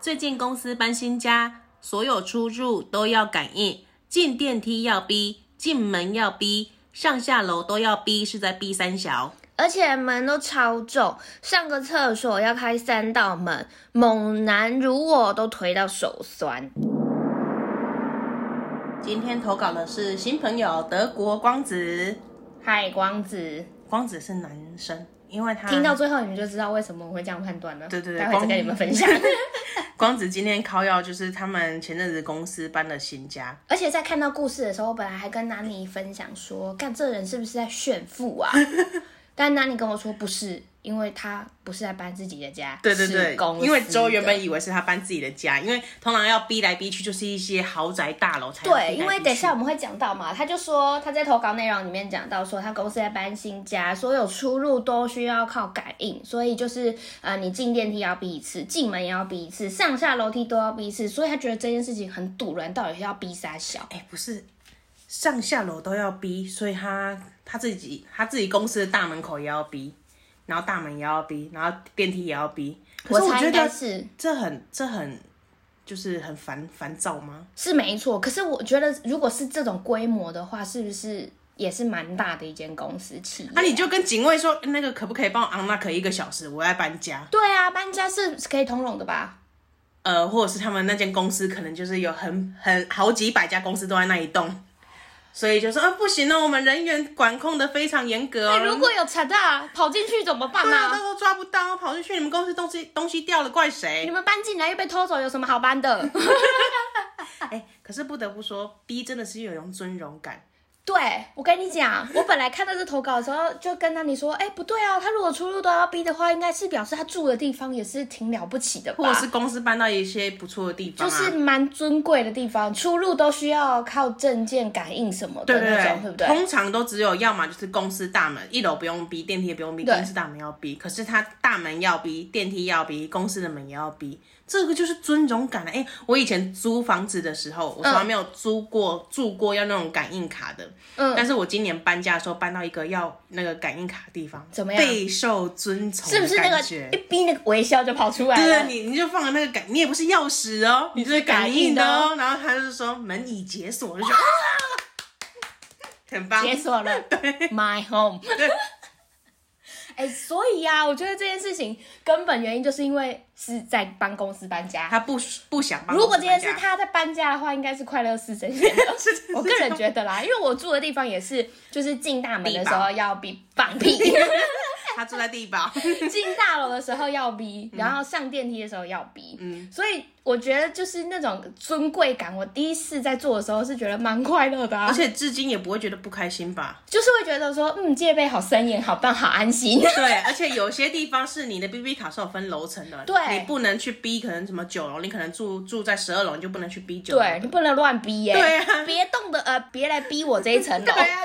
Speaker 2: 最近公司搬新家，所有出入都要感应，进电梯要逼，进门要逼，上下楼都要逼，是在逼三小。
Speaker 3: 而且门都超重，上个厕所要开三道门，猛男如我都推到手酸。
Speaker 2: 今天投稿的是新朋友德国光子，
Speaker 1: 嗨，光子，
Speaker 2: 光子是男生，因为他
Speaker 1: 听到最后你们就知道为什么我会这样判断了。
Speaker 2: 对对对
Speaker 1: 待会再跟你们分享。
Speaker 2: (laughs) 光子今天靠要就是他们前阵子公司搬了新家，
Speaker 1: 而且在看到故事的时候，我本来还跟南妮分享说，干这人是不是在炫富
Speaker 2: (laughs)
Speaker 1: 啊？但南妮跟我说不是，因为他不是在搬自己的家，
Speaker 2: 对对对
Speaker 1: 是公，司
Speaker 2: 因为周原
Speaker 1: 的
Speaker 2: 本以为是他搬自己的家，因为通常要逼来逼去就是一些豪宅大楼才能
Speaker 1: 对，
Speaker 2: 逼来
Speaker 1: 因为
Speaker 2: 逼
Speaker 1: 等一
Speaker 2: 去
Speaker 1: 下我们会讲到嘛，他就说他在投稿内容里面讲到说，他公司在搬新家，所有出入都需要靠感应，所以就是呃，你进电梯要逼一次，进门也要逼一次，上下楼梯都要逼一次，所以他觉得这件事情很堵人，到底是要逼啥小？
Speaker 2: 哎、不是上下楼都要逼，所以他他自己他自己公司的大门口也要逼，然后大门也要逼，然后电梯也要逼。可是
Speaker 1: 猜
Speaker 2: 觉
Speaker 1: 应该
Speaker 2: 得
Speaker 1: 是
Speaker 2: 这很这很就是很烦烦躁吗？
Speaker 1: 是没错。可是我觉得，如果是这种规模的话，是不是也是蛮大的一间公司企业？
Speaker 2: 那、啊你就跟警卫说，那个可不可以帮我 unlock 一个小时，我要搬家。
Speaker 1: 对啊，搬家是可以通融的吧？
Speaker 2: 呃，或者是他们那间公司可能就是有很很好几百家公司都在那一栋，所以就说啊不行哦，我们人员管控的非常严格哦。
Speaker 1: 那哎如果有查到跑进去怎么办
Speaker 2: 对啊，到
Speaker 1: 啊
Speaker 2: 时？候抓不到，跑进去你们公司东西东西掉了，怪谁
Speaker 1: 你？们搬进来又被偷走，有什么好搬
Speaker 2: (laughs)
Speaker 1: 的？
Speaker 2: 哎、可是不得不说，B 真的是有一种尊荣感。
Speaker 1: 对，我跟你讲，我本来看到这投稿的时候，就跟那里说，哎、不对啊，他如果出入都要逼的话，应该是表示他住的地方也是挺了不起的
Speaker 2: 或者
Speaker 1: 吧？
Speaker 2: 是公司搬到一些不错的地方、
Speaker 1: 就
Speaker 2: 啊，
Speaker 1: 是蛮尊贵的地方，出入都需要靠证件感应什
Speaker 2: (laughs)
Speaker 1: 么
Speaker 2: 对
Speaker 1: 的
Speaker 2: 对
Speaker 1: 那
Speaker 2: 对
Speaker 1: 种，，对不对？
Speaker 2: 通常都只有要么就是公司大门，一楼不用逼，电梯也不用逼，
Speaker 1: 对
Speaker 2: 公司大门要逼。可是他大门要逼，电梯要逼，公司的门也要逼，这个就是尊荣感了、哎、我以前租房子的时候，我从来没有租过、住过要那种感应卡的。
Speaker 1: 嗯
Speaker 2: 但是我今年搬家的时候搬到一个要那个感应卡的地方，
Speaker 1: 怎么样
Speaker 2: 备受尊崇，
Speaker 1: 是不是那个一逼那个微笑就跑出来
Speaker 2: 对
Speaker 1: 了？
Speaker 2: 你你就放了那个感，你也不是钥匙哦，你就是感应的哦。然后他就说门已解锁，我就觉得啊，很棒。
Speaker 1: (laughs) 解锁
Speaker 2: (laughs)
Speaker 1: 了 My Home。哎、所以呀、我觉得这件事情根本原因就是因为是在帮公司搬家。
Speaker 2: 他不不想帮。
Speaker 1: 如果这件事，
Speaker 2: (laughs)
Speaker 1: 他在搬家的话，应该是快乐四神仙的。我个人觉得啦，因为我住的地方也是，就是进大门的时
Speaker 2: 地
Speaker 1: 候
Speaker 2: 堡
Speaker 1: 要比放屁，
Speaker 2: 他住在地
Speaker 1: (laughs)
Speaker 2: 堡，
Speaker 1: 进大楼的时候要逼，
Speaker 2: 嗯
Speaker 1: 然后上电梯的时候要逼。嗯，所以我觉得就是那种尊贵感，我第一次在做的时候是觉得蛮快乐的、啊，
Speaker 2: 而且至今也不会觉得不开心吧？
Speaker 1: 就是会觉得说，嗯，戒备好森严，好棒，好安心。
Speaker 2: (laughs) 对，而且有些地方是你的 B B 卡是有分楼层的，
Speaker 1: 对
Speaker 2: 你不能去逼，可能什么九楼，你可能住住在十二楼，你就不能去逼九楼。
Speaker 1: 对你不能乱逼耶、
Speaker 2: 对啊
Speaker 1: 别动的呃，别来逼我这一层哦楼。
Speaker 2: (laughs) 对啊，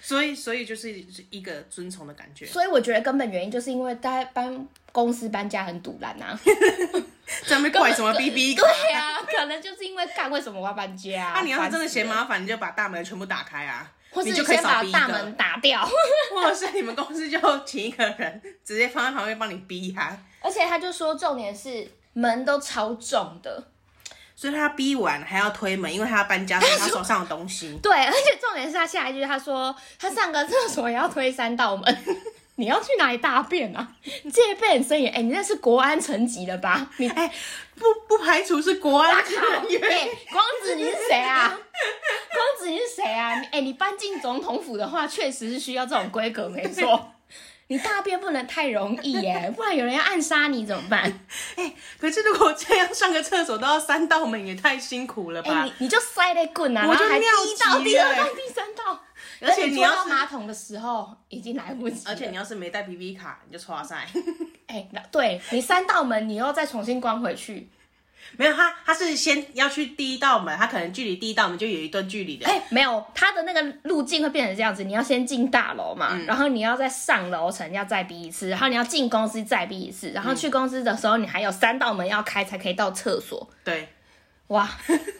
Speaker 2: 所以所以就是一个尊崇的感觉，
Speaker 1: 所以我觉得根本原因就是因为大家搬公司搬家很堵然呐、
Speaker 2: (laughs)
Speaker 1: 啊。
Speaker 2: 咱们怪什么 B B 卡？
Speaker 1: 对啊，可能就是因为干，为什么我要搬家、啊？
Speaker 2: 那、你要是真的嫌
Speaker 1: 烦
Speaker 2: 麻烦，你就把大门全部打开啊，
Speaker 1: 死了，或是
Speaker 2: 你
Speaker 1: 你
Speaker 2: 就可以
Speaker 1: 先
Speaker 2: 少
Speaker 1: 把
Speaker 2: 逼一
Speaker 1: 大
Speaker 2: 个
Speaker 1: 门，打掉，
Speaker 2: (laughs) 或者是你们公司就请一个人直接放在旁边帮你逼他，
Speaker 1: 而且他就说重点是门都超重的，
Speaker 2: 所以他逼完还要推门，因为他要搬家，所以他手上有东西。
Speaker 1: 对，而且重点是他下一句他说他上个厕所也要推三道门。 (laughs) 你要去哪里大便啊？你戒备很森严，哎、你那是国安层级了吧？你
Speaker 2: 哎、不不排除是国
Speaker 1: (laughs)
Speaker 2: 安人员，
Speaker 1: 哎、光子你是谁啊？光子你是谁啊？你哎、你搬进总统府的话，确实是需要这种规格，没 (laughs) 错。你大便不能太容易耶，不然有人要暗杀你怎么办？
Speaker 2: 可是如果这样上个厕所都要三道门，也太辛苦了
Speaker 1: 哎、
Speaker 2: 吧？
Speaker 1: 你你就塞得滚啊，
Speaker 2: 我就
Speaker 1: 然后还第
Speaker 2: 尿
Speaker 1: 一道、
Speaker 2: 急
Speaker 1: 第二
Speaker 2: 了
Speaker 1: 道
Speaker 2: 欸、
Speaker 1: 第三道，
Speaker 2: 而且
Speaker 1: 等
Speaker 2: 你
Speaker 1: 坐
Speaker 2: 要
Speaker 1: 到
Speaker 2: 是
Speaker 1: 马桶的时候已经来不及了，
Speaker 2: 而且你要是没带 B B 卡，你就错赛。
Speaker 1: 哎、那对你三道门，你又再重新关回去，
Speaker 2: (laughs) 没有他，他是先要去第一道门，他可能距离第一道门就有一段距离的。
Speaker 1: 哎、没有，它的那个路径会变成这样子，你要先进大楼嘛，
Speaker 2: 嗯
Speaker 1: 然后你要再上楼层要再逼一次，然后你要进公司再逼一次，然后去公司的时候你还有三道门要开才可以到厕所。
Speaker 2: 对， (laughs)
Speaker 1: 哇，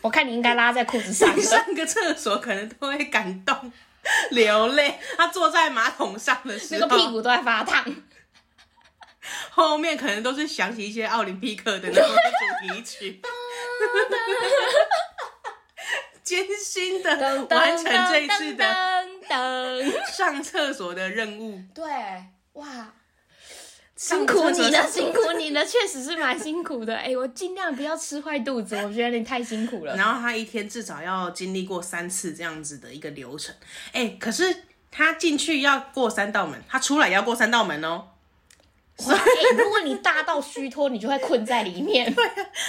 Speaker 1: 我看你应该拉在裤子上
Speaker 2: 你
Speaker 1: 了。
Speaker 2: 上个厕所可能都会感动 (laughs) 流泪。他坐在马桶上的时
Speaker 1: 那
Speaker 2: 候，
Speaker 1: 个屁股都在发烫，
Speaker 2: 后面可能都是想起一些奥林匹克的那种主题曲。艰辛的
Speaker 1: 噔噔
Speaker 2: 完成这一次的
Speaker 1: 噔噔噔
Speaker 2: 上厕所的任务，
Speaker 1: 对，哇，
Speaker 2: 上
Speaker 1: 辛
Speaker 2: 个
Speaker 1: 苦
Speaker 2: 厕所
Speaker 1: 你了，
Speaker 2: 上
Speaker 1: 辛苦你了，确实是蛮辛苦的。哎、我尽量不要吃坏肚子，我觉得你太辛苦了。
Speaker 2: 然后他一天至少要经历过三次这样子的一个流程。哎、可是他进去要过三道门，他出来也要过三道门哦。
Speaker 1: 哇欸如果你大到虚脱，你就会困在里面。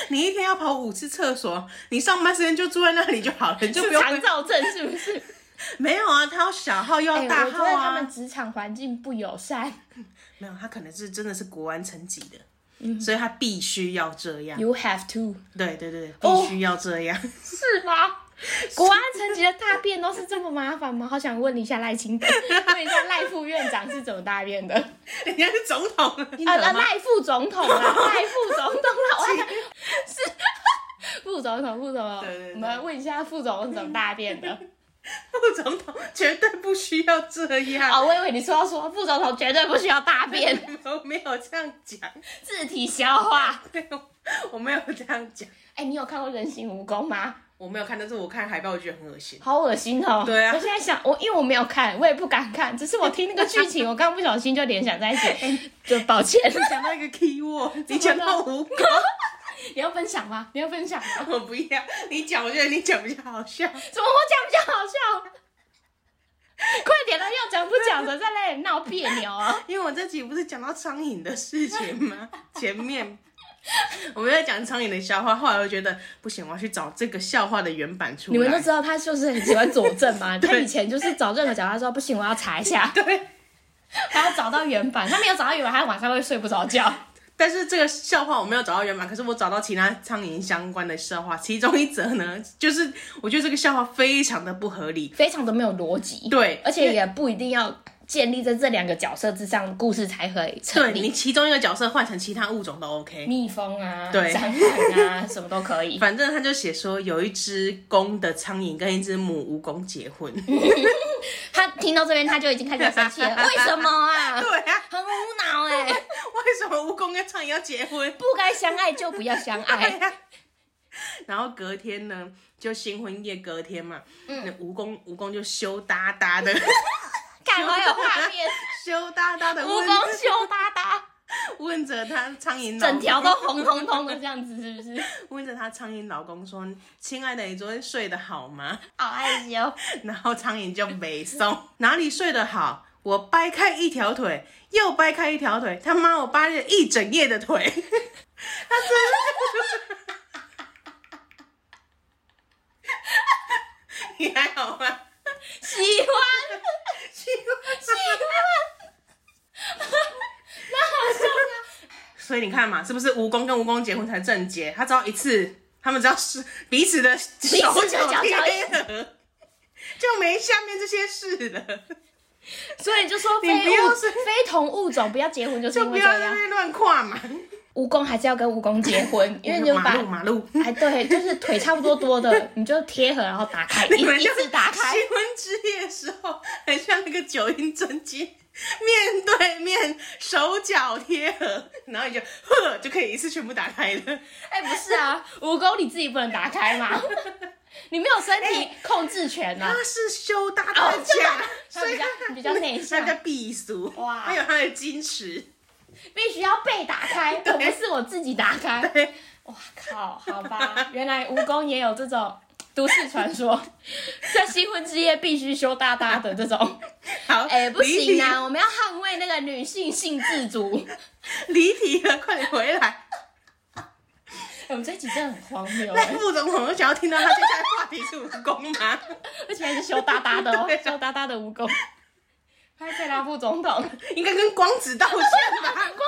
Speaker 2: 你一天要跑五次厕所，你上班时间就住在那里就好了， (laughs) 你就不
Speaker 1: 是
Speaker 2: 用
Speaker 1: 肠燥症是不是？
Speaker 2: 没有啊，他要小号又
Speaker 1: 哎
Speaker 2: 要大
Speaker 1: 我觉
Speaker 2: 号
Speaker 1: 得他
Speaker 2: 啊。
Speaker 1: 们职场环境不友善。
Speaker 2: 没有，他可能是真的是国安层级的，
Speaker 1: 嗯
Speaker 2: 所以他必须要这样。
Speaker 1: You have to
Speaker 2: 对对对，
Speaker 1: 哦
Speaker 2: 必须要这样。
Speaker 1: 是吗？国安层级的大便都是这么麻烦吗？好想问一下赖
Speaker 2: (laughs)
Speaker 1: 清德，问一下赖副院长是怎么大便的？啊
Speaker 2: 人家是总统了，
Speaker 1: (laughs)
Speaker 2: 听
Speaker 1: 啊，
Speaker 2: 懂吗？
Speaker 1: 赖副总统
Speaker 2: (laughs)
Speaker 1: 啦，赖副总统啦，我还想 (laughs) 是副总统，副总统
Speaker 2: 对对对， (laughs)
Speaker 1: 我们问一下副总统怎么大便的？
Speaker 2: 副总统绝对不需要这样，
Speaker 1: 哦，我以为你说要说副总统绝对不需要大便，
Speaker 2: (laughs) 我没有这样讲，
Speaker 1: 自体消化。
Speaker 2: 对，我我没有这样讲，
Speaker 1: 哎、你有看过《人形蜈蚣》吗？
Speaker 2: 我没有看，但是我看海报我觉得很恶心。
Speaker 1: 好恶心哦！
Speaker 2: 对啊
Speaker 1: 我现在想，我因为我没有看，我也不敢看，只是我听那个剧
Speaker 2: (laughs)
Speaker 1: 情，我刚不小心就联想在一起，就抱歉。
Speaker 2: 讲到一个 key word，你 (laughs) 讲到蜈蚣，
Speaker 1: 你要分享吗？你要分享吗？
Speaker 2: (laughs) 我不要，你讲，我觉得你讲比较好笑。
Speaker 1: 怎么我讲比较好笑？快点啦，啊要讲不讲的，在那里闹别扭啊！
Speaker 2: 因为我这集不是讲到苍蝇的事情吗？ (laughs) 前面我们在讲苍蝇的笑话，后来我觉得不行，我要去找这个笑话的原版出
Speaker 1: 你
Speaker 2: 来。
Speaker 1: 们都知道他就是很喜欢佐证嘛，
Speaker 2: (laughs)
Speaker 1: 他
Speaker 2: 对
Speaker 1: 以前就是找任何角，他说不行，我要查一
Speaker 2: (laughs)
Speaker 1: 下，对，还要找到原版，他没有找到原版，他晚上会睡不着觉。
Speaker 2: 但是这个笑话我没有找到原版，可是我找到其他苍蝇相关的笑话，其中一则呢，就是我觉得这个笑话非常的不合理。
Speaker 1: 非常的没有逻辑，
Speaker 2: 对
Speaker 1: 而且也不一定要建立在这两个角色之上，故事才可以成
Speaker 2: 对
Speaker 1: 立。
Speaker 2: 你其中一个角色换成其他物种都 OK。
Speaker 1: 蜜蜂啊，
Speaker 2: 对
Speaker 1: 蟑螂啊，什么都可
Speaker 2: (laughs)
Speaker 1: 以。
Speaker 2: 反正他就写说，有一只公的苍蝇跟一只母蜈蚣结
Speaker 1: (laughs)
Speaker 2: 婚。
Speaker 1: 他听到这边，他就已经开始生气了，为什么
Speaker 2: (laughs)
Speaker 1: 啊？
Speaker 2: 对啊，
Speaker 1: 很无脑哎、
Speaker 2: 为什么蜈蚣跟苍蝇要结婚？
Speaker 1: 不该相爱就不要相
Speaker 2: (laughs)
Speaker 1: 爱。
Speaker 2: 然后隔天呢，就新婚夜隔天嘛，
Speaker 1: 嗯
Speaker 2: 那蜈蚣蜈蚣就羞答
Speaker 1: (laughs)
Speaker 2: 答的，
Speaker 1: 看好有画
Speaker 2: (laughs)
Speaker 1: 面，
Speaker 2: 羞答答的
Speaker 1: 蜈
Speaker 2: 问
Speaker 1: 蚣羞答答，
Speaker 2: 问着他苍蝇老公
Speaker 1: 整条都红彤彤的这样子，是不是？
Speaker 2: 问着他苍蝇老公说：“亲爱的，你昨天睡得好吗 (laughs)
Speaker 1: 好
Speaker 2: 哎
Speaker 1: 害羞，？”
Speaker 2: 然后苍蝇就没松， (laughs) 哪里睡得好？我掰开一条腿，又掰开一条腿，他妈我掰了一整夜
Speaker 1: (laughs)
Speaker 2: 的腿。他真的， (laughs) 你还好吗？
Speaker 1: 喜欢，
Speaker 2: 喜欢
Speaker 1: 喜欢，那好笑吗？
Speaker 2: 所以你看嘛，是不是蜈蚣跟蜈蚣结婚才正结？他只要一次，他们只要是彼此的手
Speaker 1: 的
Speaker 2: 脚 (laughs)
Speaker 1: 脚
Speaker 2: 贴
Speaker 1: 脚
Speaker 2: 合，就没下面这些事了。
Speaker 1: 所以就说非
Speaker 2: 你不要
Speaker 1: 物
Speaker 2: 是
Speaker 1: 非同物种不要结婚，就是
Speaker 2: 就
Speaker 1: 因
Speaker 2: 不
Speaker 1: 为
Speaker 2: 要
Speaker 1: 这
Speaker 2: 在那
Speaker 1: 样。
Speaker 2: 边乱跨嘛，
Speaker 1: 蜈蚣还是要跟蜈蚣结
Speaker 2: (laughs)
Speaker 1: 婚，因为你就
Speaker 2: 马
Speaker 1: 把
Speaker 2: 路马路。
Speaker 1: 哎对，就是腿差不多多的，你就贴合，然后打开，一
Speaker 2: (laughs) 你们
Speaker 1: 一
Speaker 2: 就
Speaker 1: 次打开
Speaker 2: 新。婚之夜的时候，很像那个九阴真经，面对面，手脚贴合，然后你就呵就可以一次全部打开了。
Speaker 1: 哎，不是啊，蜈蚣你自己不能打开
Speaker 2: (laughs)
Speaker 1: 吗？你没有身
Speaker 2: 哎
Speaker 1: 体控制权呐、啊
Speaker 2: 他。是修搭
Speaker 1: 哦修搭
Speaker 2: 的家，
Speaker 1: 他比较
Speaker 2: 他
Speaker 1: 比较内向
Speaker 2: 他比较避俗，
Speaker 1: 哇
Speaker 2: 还有他的矜持。
Speaker 1: 必须要被打
Speaker 2: (laughs)
Speaker 1: 开，而不是我自己打开。
Speaker 2: 对
Speaker 1: 哇靠，好吧， (laughs) 原来蜈蚣也有这种都市传
Speaker 2: (laughs)
Speaker 1: 说，在新婚之夜必须羞答答的这
Speaker 2: (laughs)
Speaker 1: 种。
Speaker 2: 好，
Speaker 1: 哎、不
Speaker 2: 离
Speaker 1: 行
Speaker 2: 题
Speaker 1: 啊，我们要捍卫那个女性性自
Speaker 2: (laughs)
Speaker 1: 主。
Speaker 2: 离题了，快点回来！
Speaker 1: 哎我们这一集真的很荒谬、
Speaker 2: 赖
Speaker 1: 哎
Speaker 2: 副总统有想要听到他接下来的话题是蜈蚣吗？ (laughs)
Speaker 1: 而且还是羞答答的哦
Speaker 2: 对，啊
Speaker 1: 羞答答的蜈
Speaker 2: (laughs)
Speaker 1: 蚣。拍佩拉副总统，光子
Speaker 2: 应该跟光子道歉
Speaker 1: (laughs)
Speaker 2: 吧？
Speaker 1: 对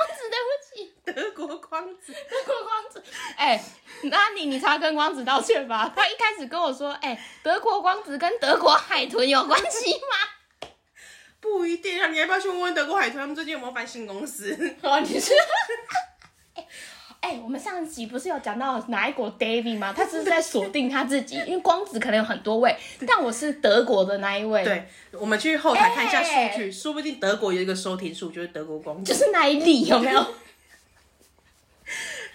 Speaker 1: 不起，
Speaker 2: 德国光子，
Speaker 1: (laughs) 德国光子，哎、那你你才要跟光子道歉吧？ (laughs) 他一开始跟我说，哎、德国光子跟德国海豚有关系吗？
Speaker 2: 不一定啊！你要不要去问问德国海豚他们最近有没有翻新公司？
Speaker 1: (laughs) 哦，你是。哎、哎我们上集不是有讲到哪一国 David 吗？他只是在锁定他自己，因为光子可能有很多位，但我是德国的那一位，，
Speaker 2: 对，我们去后台看一下数据，
Speaker 1: 哎
Speaker 2: 说不定德国有一个收听数，就是德国光
Speaker 1: 就
Speaker 2: 子。
Speaker 1: 是那一例，有没 (laughs) 有？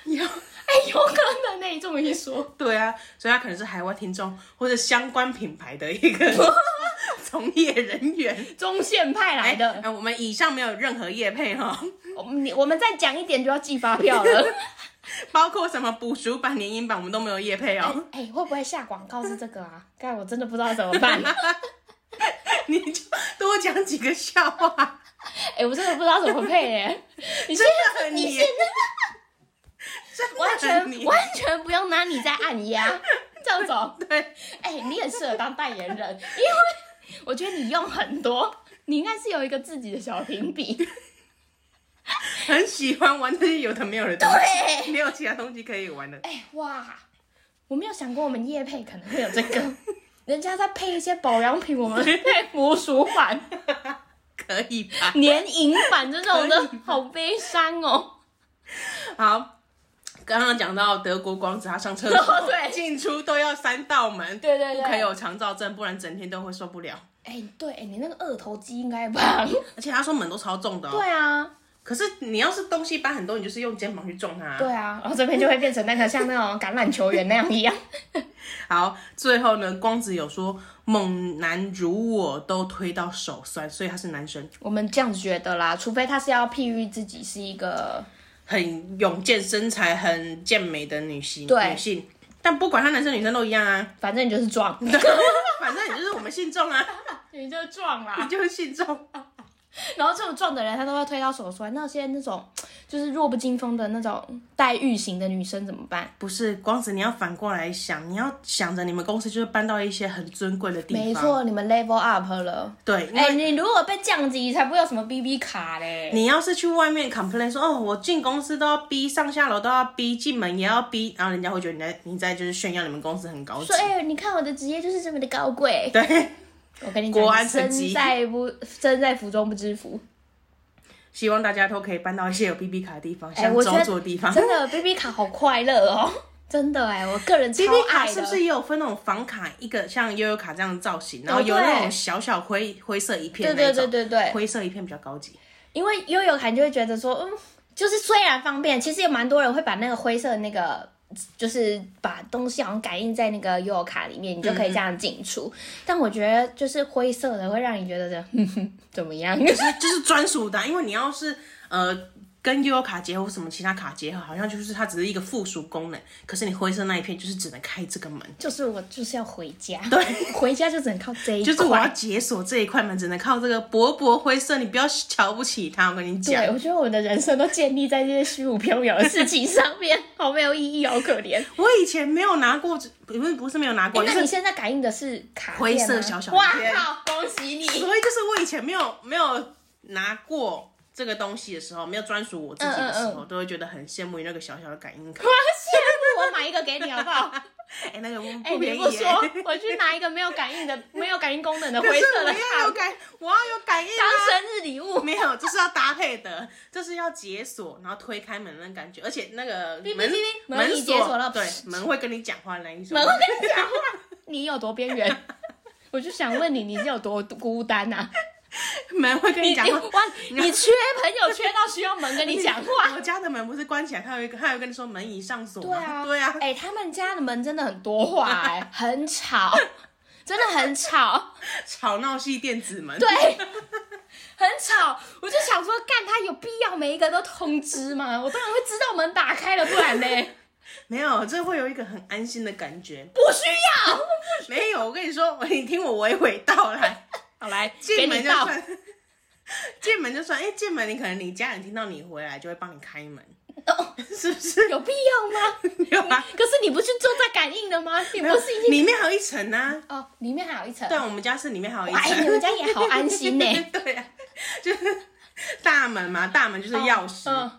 Speaker 2: 有
Speaker 1: 哎、有可能呢、你这么一说，
Speaker 2: 对啊，所以他可能是海外听众或者相关品牌的一个
Speaker 1: (laughs)
Speaker 2: 从业人员。
Speaker 1: 中线派来的。
Speaker 2: 哎我们以上没有任何业配哈、哦，
Speaker 1: 我们你我们再讲一点就要寄发票 (laughs) 了。
Speaker 2: 包括什么补赎版、联姻版，我们都没有业配
Speaker 1: 哎
Speaker 2: 哦。、
Speaker 1: 哎会不会下广告是这个啊？ (laughs) 但我真的不知道怎么办。
Speaker 2: (laughs) 你就多讲几个笑话，
Speaker 1: 哎、我真的不知道怎么配哎、你现
Speaker 2: 真的
Speaker 1: 在
Speaker 2: 很
Speaker 1: 你
Speaker 2: 黏
Speaker 1: 现在
Speaker 2: 真
Speaker 1: (laughs)
Speaker 2: 的
Speaker 1: 完
Speaker 2: 很
Speaker 1: 全
Speaker 2: 黏
Speaker 1: 完全不用拿你在按压，赵总，
Speaker 2: 对，
Speaker 1: 哎、你很适合当代言人，因为我觉得你用很多，你应该是有一个自己的小评比。
Speaker 2: 很喜欢玩这些有的没有的东西，
Speaker 1: 对
Speaker 2: 没有其他东西可以玩的。
Speaker 1: 哎、哇，我没有想过我们叶配可能会有这个，人家在配一些保养品，我们配魔术版。
Speaker 2: 可以吧？
Speaker 1: 嗯年银版这种的，好悲伤哦。
Speaker 2: 好，刚刚讲到德国光子，他
Speaker 1: (laughs)
Speaker 2: 上厕所、
Speaker 1: 哦对
Speaker 2: 进出都要三道门，
Speaker 1: 对对对
Speaker 2: 不可以有强照症，不然整天都会受不了。
Speaker 1: 哎、对，哎、你那个二头肌应该吧？
Speaker 2: 而且他说门都超重的、哦，
Speaker 1: 对啊，
Speaker 2: 可是你要是东西搬很多，你就是用肩膀去撞它。
Speaker 1: 对啊，然后这边就会变成那个像那种橄榄球员那样一样。
Speaker 2: 好，最后呢，光子有说猛男如我都推到手酸，所以他是男生，
Speaker 1: 我们这样觉得啦，除非他是要譬喻自己是一个
Speaker 2: 很勇健身材很健美的女性
Speaker 1: 对
Speaker 2: 女性。但不管他男生女生都一
Speaker 1: (laughs)
Speaker 2: 样啊，
Speaker 1: 反正你就是壮，
Speaker 2: 反正你就是我们信众啊，
Speaker 1: (laughs) 你就是壮啦
Speaker 2: 你。就是信众。
Speaker 1: (laughs)
Speaker 2: 啊
Speaker 1: 然后这种壮的人，他都会推到手酸。那些那种就是弱不禁风的那种黛玉型的女生怎么办？
Speaker 2: 不是光子，你要反过来想，你要想着你们公司就是搬到一些很尊贵的地方。
Speaker 1: 没，错，你们 level up 了。
Speaker 2: 对，因为
Speaker 1: 哎、你如果被降级，才不会有什么 BB 卡嘞。
Speaker 2: 你要是去外面 complain 说哦，我进公司都要逼，上下楼都要逼，进门也要逼，然后人家会觉得你在你在就是炫耀你们公司很高级
Speaker 1: 说，。哎、你看我的职业就是这么的高贵。
Speaker 2: 对，
Speaker 1: 我跟你讲，
Speaker 2: 国安层
Speaker 1: 身
Speaker 2: 级
Speaker 1: 在不身在福中不知福。
Speaker 2: 希望大家都可以搬到一些有 BB 卡的地方，
Speaker 1: 哎
Speaker 2: 像
Speaker 1: 我觉
Speaker 2: 周
Speaker 1: 得
Speaker 2: 做的地方。
Speaker 1: 真 (laughs) 的，BB 卡好快乐哦，真的哎、我个人超
Speaker 2: BB 卡
Speaker 1: 爱的。
Speaker 2: 是不是也有分那种房卡，一个像悠悠卡这样的造型，然后有
Speaker 1: 哦对
Speaker 2: 那种小小灰灰色一片
Speaker 1: 对
Speaker 2: 那
Speaker 1: 对
Speaker 2: 种，
Speaker 1: 对对对，
Speaker 2: 灰色一片比较高级。
Speaker 1: 因为悠悠卡你就会觉得说，嗯，就是虽然方便，其实有蛮多人会把那个灰色的那个。就是把东西好像感应在那个悠悠卡里面，你就可以这样进出。但我觉得就是灰色的会让你觉得 (laughs) 这哼哼怎么样？
Speaker 2: 就是就是专属的啊、因为你要是呃跟悠悠卡结合，什么其他卡结合，好像就是它只是一个附属功能。可是你灰色那一片就是只能开这个门，
Speaker 1: 就是我就是要回家，对，回家就只能靠这一块。
Speaker 2: 就是我要解锁这一块门，只能靠这个薄薄灰色。你不要瞧不起它，我跟你讲
Speaker 1: 对，。我觉得我的人生都建立在这些虚无缥缈的事情上面，好没有意义，好可 (laughs) 怜。
Speaker 2: 我以前没有拿过，不是不是没有拿过，就
Speaker 1: 哎那
Speaker 2: 是
Speaker 1: 你现在感应的是卡片吗
Speaker 2: 灰色小小
Speaker 1: 哇
Speaker 2: 片
Speaker 1: 靠，恭喜 (laughs) 你！
Speaker 2: 所以就是我以前没有没有拿过这个东西的时候，没有专属我自己的时
Speaker 1: 嗯
Speaker 2: 候，都会觉得很羡慕那个小小的感应卡。
Speaker 1: 羡慕 (laughs) 我买一个给你好不好？
Speaker 2: 哎、那个
Speaker 1: 哎、
Speaker 2: 不
Speaker 1: 你
Speaker 2: 便宜、
Speaker 1: 不
Speaker 2: 耶。
Speaker 1: 说， (laughs) 我去拿一个没有感应
Speaker 2: (laughs)
Speaker 1: 的、没有感应功能的
Speaker 2: 可
Speaker 1: 灰
Speaker 2: 是
Speaker 1: 色
Speaker 2: 我
Speaker 1: 的
Speaker 2: 要
Speaker 1: 卡
Speaker 2: 有感，我要有感应
Speaker 1: 当
Speaker 2: 啊！
Speaker 1: 生日礼物。
Speaker 2: 没有，这是要搭配的，这是要解锁，然后推开门那感觉，而且那个
Speaker 1: 哔哔
Speaker 2: 门
Speaker 1: 哔哔
Speaker 2: 门
Speaker 1: 门已解锁了 (laughs)
Speaker 2: 对，门会跟你讲话那一种。
Speaker 1: 门会跟你讲话，你有多边
Speaker 2: (laughs)
Speaker 1: 缘？我就想问你，你是有多孤单啊？
Speaker 2: 门会跟
Speaker 1: 你
Speaker 2: (laughs) 你讲
Speaker 1: 你
Speaker 2: 话。
Speaker 1: 哇，你缺朋友缺到需要门跟你讲
Speaker 2: (laughs)
Speaker 1: 话。
Speaker 2: 我家的门不是关起来，他有一个，他有跟你说门已上锁
Speaker 1: 对
Speaker 2: 吗？
Speaker 1: 啊，
Speaker 2: 对啊，
Speaker 1: 哎、他们家的门真的很多话、
Speaker 2: (laughs)
Speaker 1: 哎，很吵，真的很吵，
Speaker 2: 吵闹系电子门。
Speaker 1: 对，很吵。我就想说，干他有必要每一个都通知吗？我当然会知道门打开了，不然
Speaker 2: (laughs)
Speaker 1: 呢？
Speaker 2: 没有，这会有一个很安心的感觉。
Speaker 1: 不需要。
Speaker 2: (laughs) 没有，我跟你说，你听我娓娓道来，
Speaker 1: 好来，给
Speaker 2: 进门
Speaker 1: 你
Speaker 2: 就
Speaker 1: 倒。
Speaker 2: 算， (laughs) 进门就算，哎、进门你可能你家人听到你回来就会帮你开门，
Speaker 1: 哦
Speaker 2: (laughs) 是不是？
Speaker 1: 有必要吗？
Speaker 2: 没有吧？
Speaker 1: 可是你不是就在感应了吗？ (laughs) 你不是已经
Speaker 2: 里面还有一层呢、啊。
Speaker 1: 哦，里面还有一层。
Speaker 2: 对，我们家是里面还有一
Speaker 1: 哎，你
Speaker 2: 层。
Speaker 1: 们家也好安
Speaker 2: (laughs)
Speaker 1: 心呢、
Speaker 2: 对啊，就是大门嘛，大门就是钥匙。
Speaker 1: 嗯，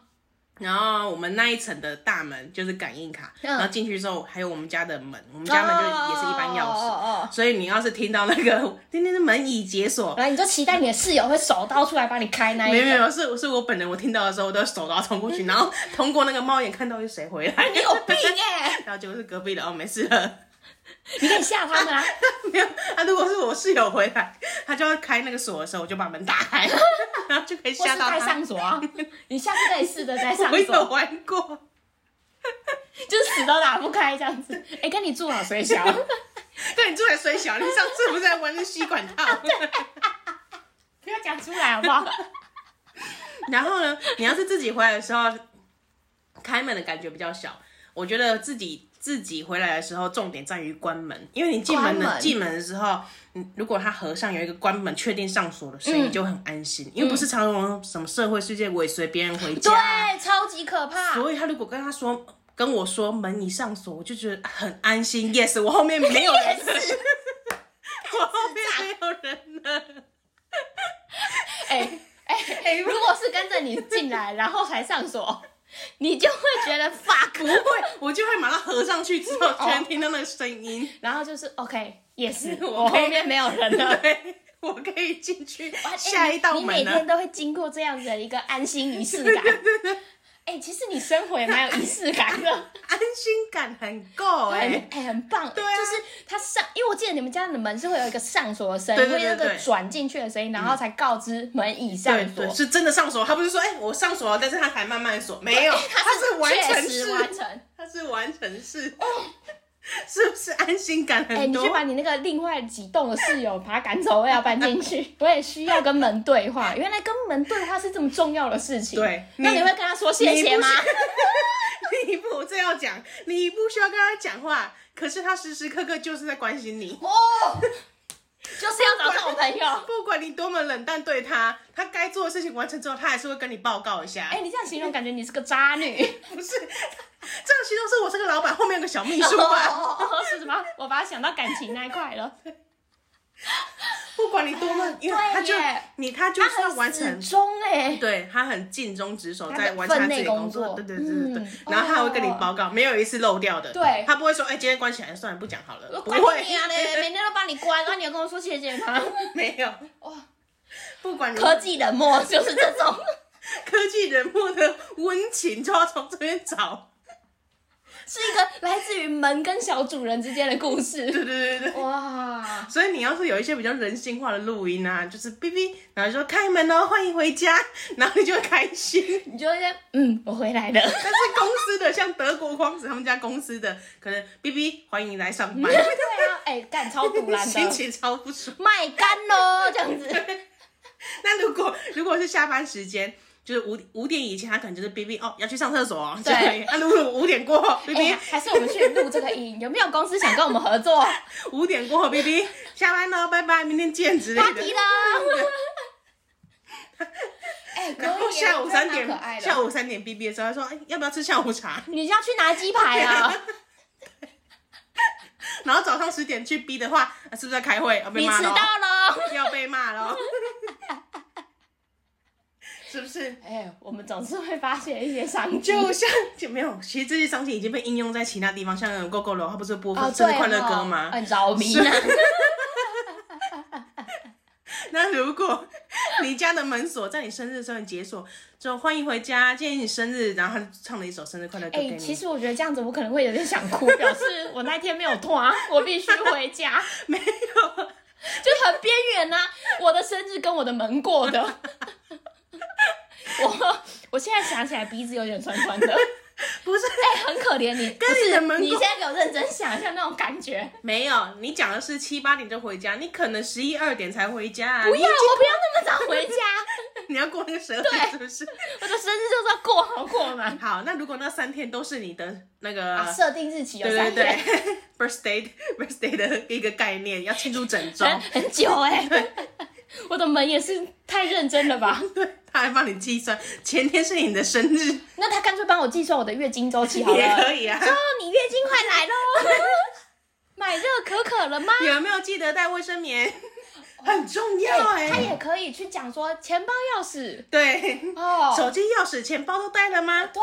Speaker 2: 然后我们那一层的大门就是感应卡，
Speaker 1: 嗯
Speaker 2: 然后进去之后还有我们家的门，我们家门就是也是一般钥匙。
Speaker 1: 哦哦哦哦
Speaker 2: 所以你要是听到那个 (laughs) 今天的门已解锁，
Speaker 1: 来，你就期待你的室友会手刀出来帮你开那一
Speaker 2: 没有没
Speaker 1: 个。
Speaker 2: 有，是是我本人，我听到的时候我都手刀冲过去，然后通过那个猫眼看到是谁回来，
Speaker 1: 你有病哎、
Speaker 2: (laughs) 然后结果是隔壁的哦，没事了。
Speaker 1: 你可以吓他们
Speaker 2: (laughs)
Speaker 1: 啊！
Speaker 2: 没有，啊，如果是我室友回来，他就要开那个锁的时候，我就把门打开，然后就可以
Speaker 1: 或
Speaker 2: 吓
Speaker 1: 是
Speaker 2: 到
Speaker 1: 带
Speaker 2: 他。
Speaker 1: 上锁
Speaker 2: (laughs)
Speaker 1: 啊，你下次可以试着带上
Speaker 2: 我有
Speaker 1: 锁，
Speaker 2: 玩过，
Speaker 1: 就是死都打不开这样子。 (laughs) 哎、跟你住好水
Speaker 2: (laughs)
Speaker 1: 小，
Speaker 2: 对你住在水小，你上次不是在玩那吸管套？
Speaker 1: 不要讲出来好不好？
Speaker 2: 然后呢，你要是自己回来的时候，开门的感觉比较小。我觉得自己自己回来的时候，重点在于关门，因为你进门
Speaker 1: 关
Speaker 2: 的
Speaker 1: 门
Speaker 2: 进门的时候，嗯如果它合上有一个关门确定上锁的声音，你就很安心，因为不是常常什么社会世界尾随别人回家嗯啊，
Speaker 1: 对，超级可怕。
Speaker 2: 所以他如果跟他说跟我说门已上锁，我就觉得很安心。Yes，我后面没有人了， (laughs) 我后面没有人了。
Speaker 1: 哎哎哎，如果是跟着你进来，然后才上锁，你就会觉得 fuck 不会，
Speaker 2: 我就会马上合上去之后，居然听到那个声音，
Speaker 1: 然后就是 OK，也是
Speaker 2: 我
Speaker 1: 嗯我
Speaker 2: 可以
Speaker 1: 后面没有人了。
Speaker 2: (laughs) 对，我可以进去
Speaker 1: 哇哎
Speaker 2: (laughs) 下一道
Speaker 1: 你你每
Speaker 2: 门啊
Speaker 1: 天
Speaker 2: 了。 (laughs)
Speaker 1: 都会经过这样子的一个安心仪式感。哎、其实你生活也蛮有仪式感的。
Speaker 2: 安心感很够哎、
Speaker 1: 哎、哎很棒，
Speaker 2: 对啊
Speaker 1: 就是它上，因为我记得你们家的门是会有一个上锁的声音，
Speaker 2: 对对
Speaker 1: 会有一
Speaker 2: 对
Speaker 1: 个
Speaker 2: 对
Speaker 1: 转进去的声音，然后才告知门已上
Speaker 2: 对
Speaker 1: 锁
Speaker 2: 对，。是真的上锁。他不是说，哎、我上锁了，但是他才慢慢锁，没有，他是完成
Speaker 1: 确实
Speaker 2: 式，
Speaker 1: 完成。哦
Speaker 2: 他是完成式，是不是安心感
Speaker 1: 哎、
Speaker 2: 很
Speaker 1: 你
Speaker 2: 多？
Speaker 1: 去把你那个另外几栋的室友把他赶走，我也要搬进
Speaker 2: (laughs)
Speaker 1: 去。我也需要跟门对话，原来跟门对话是这么重要的事情。
Speaker 2: 对
Speaker 1: 那
Speaker 2: 你
Speaker 1: 你会跟他说谢
Speaker 2: 你不
Speaker 1: 谢吗？
Speaker 2: (laughs) 你不我这要讲，你不需要跟他讲话，可是他时时刻刻就是在关心你，
Speaker 1: 哦，就是要找这种朋
Speaker 2: (laughs)
Speaker 1: 友。
Speaker 2: 不管你多么冷淡对他，他该做的事情完成之后，他还是会跟你报告一下。
Speaker 1: 哎、你这样形容，感觉你是个渣女。
Speaker 2: 不是，这个其实是我这个老板后面有个小秘书吧。
Speaker 1: 哦，是什么？我把它想到感情那一块了。
Speaker 2: (laughs) 不管你多么，因为
Speaker 1: 对
Speaker 2: 他就
Speaker 1: 耶
Speaker 2: 你他就
Speaker 1: 他
Speaker 2: 是要
Speaker 1: 很
Speaker 2: 完
Speaker 1: 始
Speaker 2: 成。
Speaker 1: 终哎、
Speaker 2: 对他很尽忠职守，
Speaker 1: 他的
Speaker 2: 在完成他
Speaker 1: 分
Speaker 2: 自
Speaker 1: 内
Speaker 2: 己的
Speaker 1: 工
Speaker 2: 工作，
Speaker 1: 作
Speaker 2: 对对对对对
Speaker 1: 嗯。
Speaker 2: 然后他还会跟你
Speaker 1: 哦
Speaker 2: 报告，没有一次漏掉的。
Speaker 1: 对
Speaker 2: 他不会说，哎，今天关起来算了，不讲好了。
Speaker 1: 我
Speaker 2: 不
Speaker 1: 管
Speaker 2: 会
Speaker 1: 你，啊嘞，
Speaker 2: (laughs)
Speaker 1: 每天都帮你关，然后你又跟我说谢谢吗？
Speaker 2: 没有。
Speaker 1: 哇，
Speaker 2: 不管你
Speaker 1: 科技冷漠就是这种，
Speaker 2: 科技冷漠的温情，就要从这边找。
Speaker 1: 是一个 (laughs) 来自于门跟小主人之间的故事。
Speaker 2: 对对对对。
Speaker 1: (laughs) 哇，
Speaker 2: 所以你要是有一些比较人性化的录音啊，就是哔哔，然后就说开门哦，欢迎回家，然后你就会开心。
Speaker 1: 你就会觉得嗯，我 (laughs) 回来了。
Speaker 2: 但是公司的，像德国光子他们家公司的，可能 B B 欢迎来上班
Speaker 1: 对，啊，哎、干超堵然
Speaker 2: (laughs) 心
Speaker 1: 的，
Speaker 2: 情超不爽。
Speaker 1: 卖干喽，这样子。
Speaker 2: 那如果如果是下班时间，就是五五点以前，他可能就是 B B 哦要去上厕所、哦，
Speaker 1: 对
Speaker 2: 就可以。那如果五点
Speaker 1: (laughs)
Speaker 2: 过后，B
Speaker 1: 哎、
Speaker 2: B
Speaker 1: 还是我们去录这个音，有没有公司想跟我们合 (laughs) 作
Speaker 2: 五点过后，B B 下班喽，拜拜，明天见之类的。
Speaker 1: ？Party 啦！ (laughs) 哎、可以耶
Speaker 2: 然后下午三点
Speaker 1: 这样蛮可爱，的
Speaker 2: 下午三点 B B 的时候，他说：“哎、要不要吃下午茶
Speaker 1: 你要去拿鸡排 (laughs) 啊？？”
Speaker 2: 然后早上十点去 B 的话，啊是不是在开会？要被
Speaker 1: 你
Speaker 2: 骂
Speaker 1: 迟
Speaker 2: 喽，
Speaker 1: 到了。
Speaker 2: (laughs) 要被骂喽，是不是？
Speaker 1: 哎、我们总是会发现一些商机。
Speaker 2: 就像就没有，其实这些商品已经被应用在其他地方，像 GoGo 楼，它不是播放
Speaker 1: 哦，
Speaker 2: 生
Speaker 1: 对
Speaker 2: 日快乐歌
Speaker 1: 哦
Speaker 2: 吗？ (laughs)
Speaker 1: 很着迷呢。
Speaker 2: 那如果你家的门锁在你生日的时候你解锁，就欢迎回家，今天你生日，然后他就唱了一首生日快乐歌给
Speaker 1: 哎、
Speaker 2: 你。
Speaker 1: 其实我觉得这样子，我可能会有点想哭，表示我那一天没有团，我必须回 (laughs) 家，
Speaker 2: 没有，
Speaker 1: 就很边缘呐。我的生日跟我的门过的，我我现在想起来鼻子有点酸酸的，
Speaker 2: 不是、
Speaker 1: 哎、很可怜你。
Speaker 2: 跟
Speaker 1: 不
Speaker 2: 你的
Speaker 1: 是
Speaker 2: 门
Speaker 1: 你
Speaker 2: 过
Speaker 1: 现在给我认真想一下那种感觉，
Speaker 2: 没有，你讲的是七八点就回家，你可能十一二点才回家、啊，
Speaker 1: 不
Speaker 2: 你
Speaker 1: 要，我不要那么早回 (laughs) 家，
Speaker 2: 你要过那个蛇尾是不是？
Speaker 1: 我的生日就是要过好过嘛。
Speaker 2: 好，那如果那三天都是你的那个，
Speaker 1: 啊，设定日期有
Speaker 2: 对
Speaker 1: 三
Speaker 2: 对
Speaker 1: 天，
Speaker 2: 对 (laughs) ，birthday birthday 的一个概念，要庆祝整
Speaker 1: (laughs)
Speaker 2: 周。
Speaker 1: 很很久哎、我的门也是太认真了吧？
Speaker 2: 对，他还帮你计算，前天是你的生日，
Speaker 1: 那他干脆帮我计算我的月经周期好
Speaker 2: 也
Speaker 1: 了
Speaker 2: 可。以啊。
Speaker 1: (laughs) 哦，你月经快 (laughs) 来喽！买热可可了吗？
Speaker 2: (laughs) 有没有记得带卫生棉？很重要哎、
Speaker 1: 哎哦他也可以去讲说钱包钥匙
Speaker 2: 对，手
Speaker 1: 哦，
Speaker 2: 机、钥匙、钱包都带了吗？哦
Speaker 1: 对，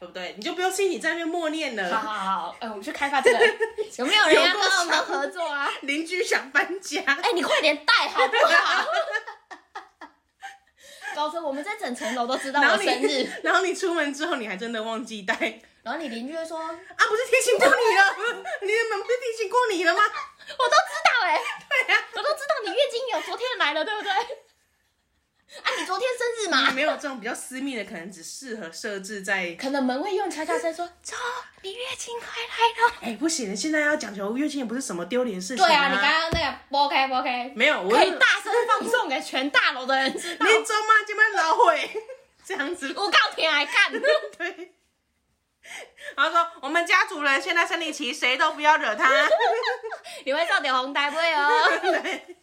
Speaker 2: 对不对？你就不用心里在那边默念
Speaker 1: 好
Speaker 2: 了。
Speaker 1: 好好，哎、我们去开发这个， (laughs) 有没有人要
Speaker 2: 有
Speaker 1: 跟
Speaker 2: 多
Speaker 1: 我们合作啊？ (laughs)
Speaker 2: 邻居想搬家，
Speaker 1: 哎、你快点带好不 (laughs) 好？高哥，我们这整层楼都知道
Speaker 2: 然
Speaker 1: 我
Speaker 2: 后你
Speaker 1: 生日，，
Speaker 2: (laughs) 然后你出门之后，你还真的忘记带啊！
Speaker 1: 然后你邻居就说， (laughs) 我都
Speaker 2: 不是提醒过你了，
Speaker 1: (laughs)
Speaker 2: 你的门不是提醒过你了吗？
Speaker 1: 知道哎、
Speaker 2: 对呀、
Speaker 1: 我都知道你月经有昨天来了，对不对？啊，你昨天生日
Speaker 2: 啊，
Speaker 1: 嘛，
Speaker 2: 没有这种比较私密的，可能只适合设置在……
Speaker 1: 可能门卫用悄悄声说：“走，你月经快来了。
Speaker 2: 哎、不行，现在要讲求月经也不是什么丢脸的”事情、
Speaker 1: 对啊，你刚刚那个拨开拨开，
Speaker 2: 没有，
Speaker 1: (laughs)
Speaker 2: 我
Speaker 1: 可
Speaker 2: 是
Speaker 1: 以大声放送给全大楼的人知道
Speaker 2: 你。周妈这边老会这样子
Speaker 1: 我告天来干，
Speaker 2: 对。然后说我们家主人现在生理期，谁都不要
Speaker 1: (laughs)
Speaker 2: 惹他。
Speaker 1: 你会上点红台不会哦？
Speaker 2: 对，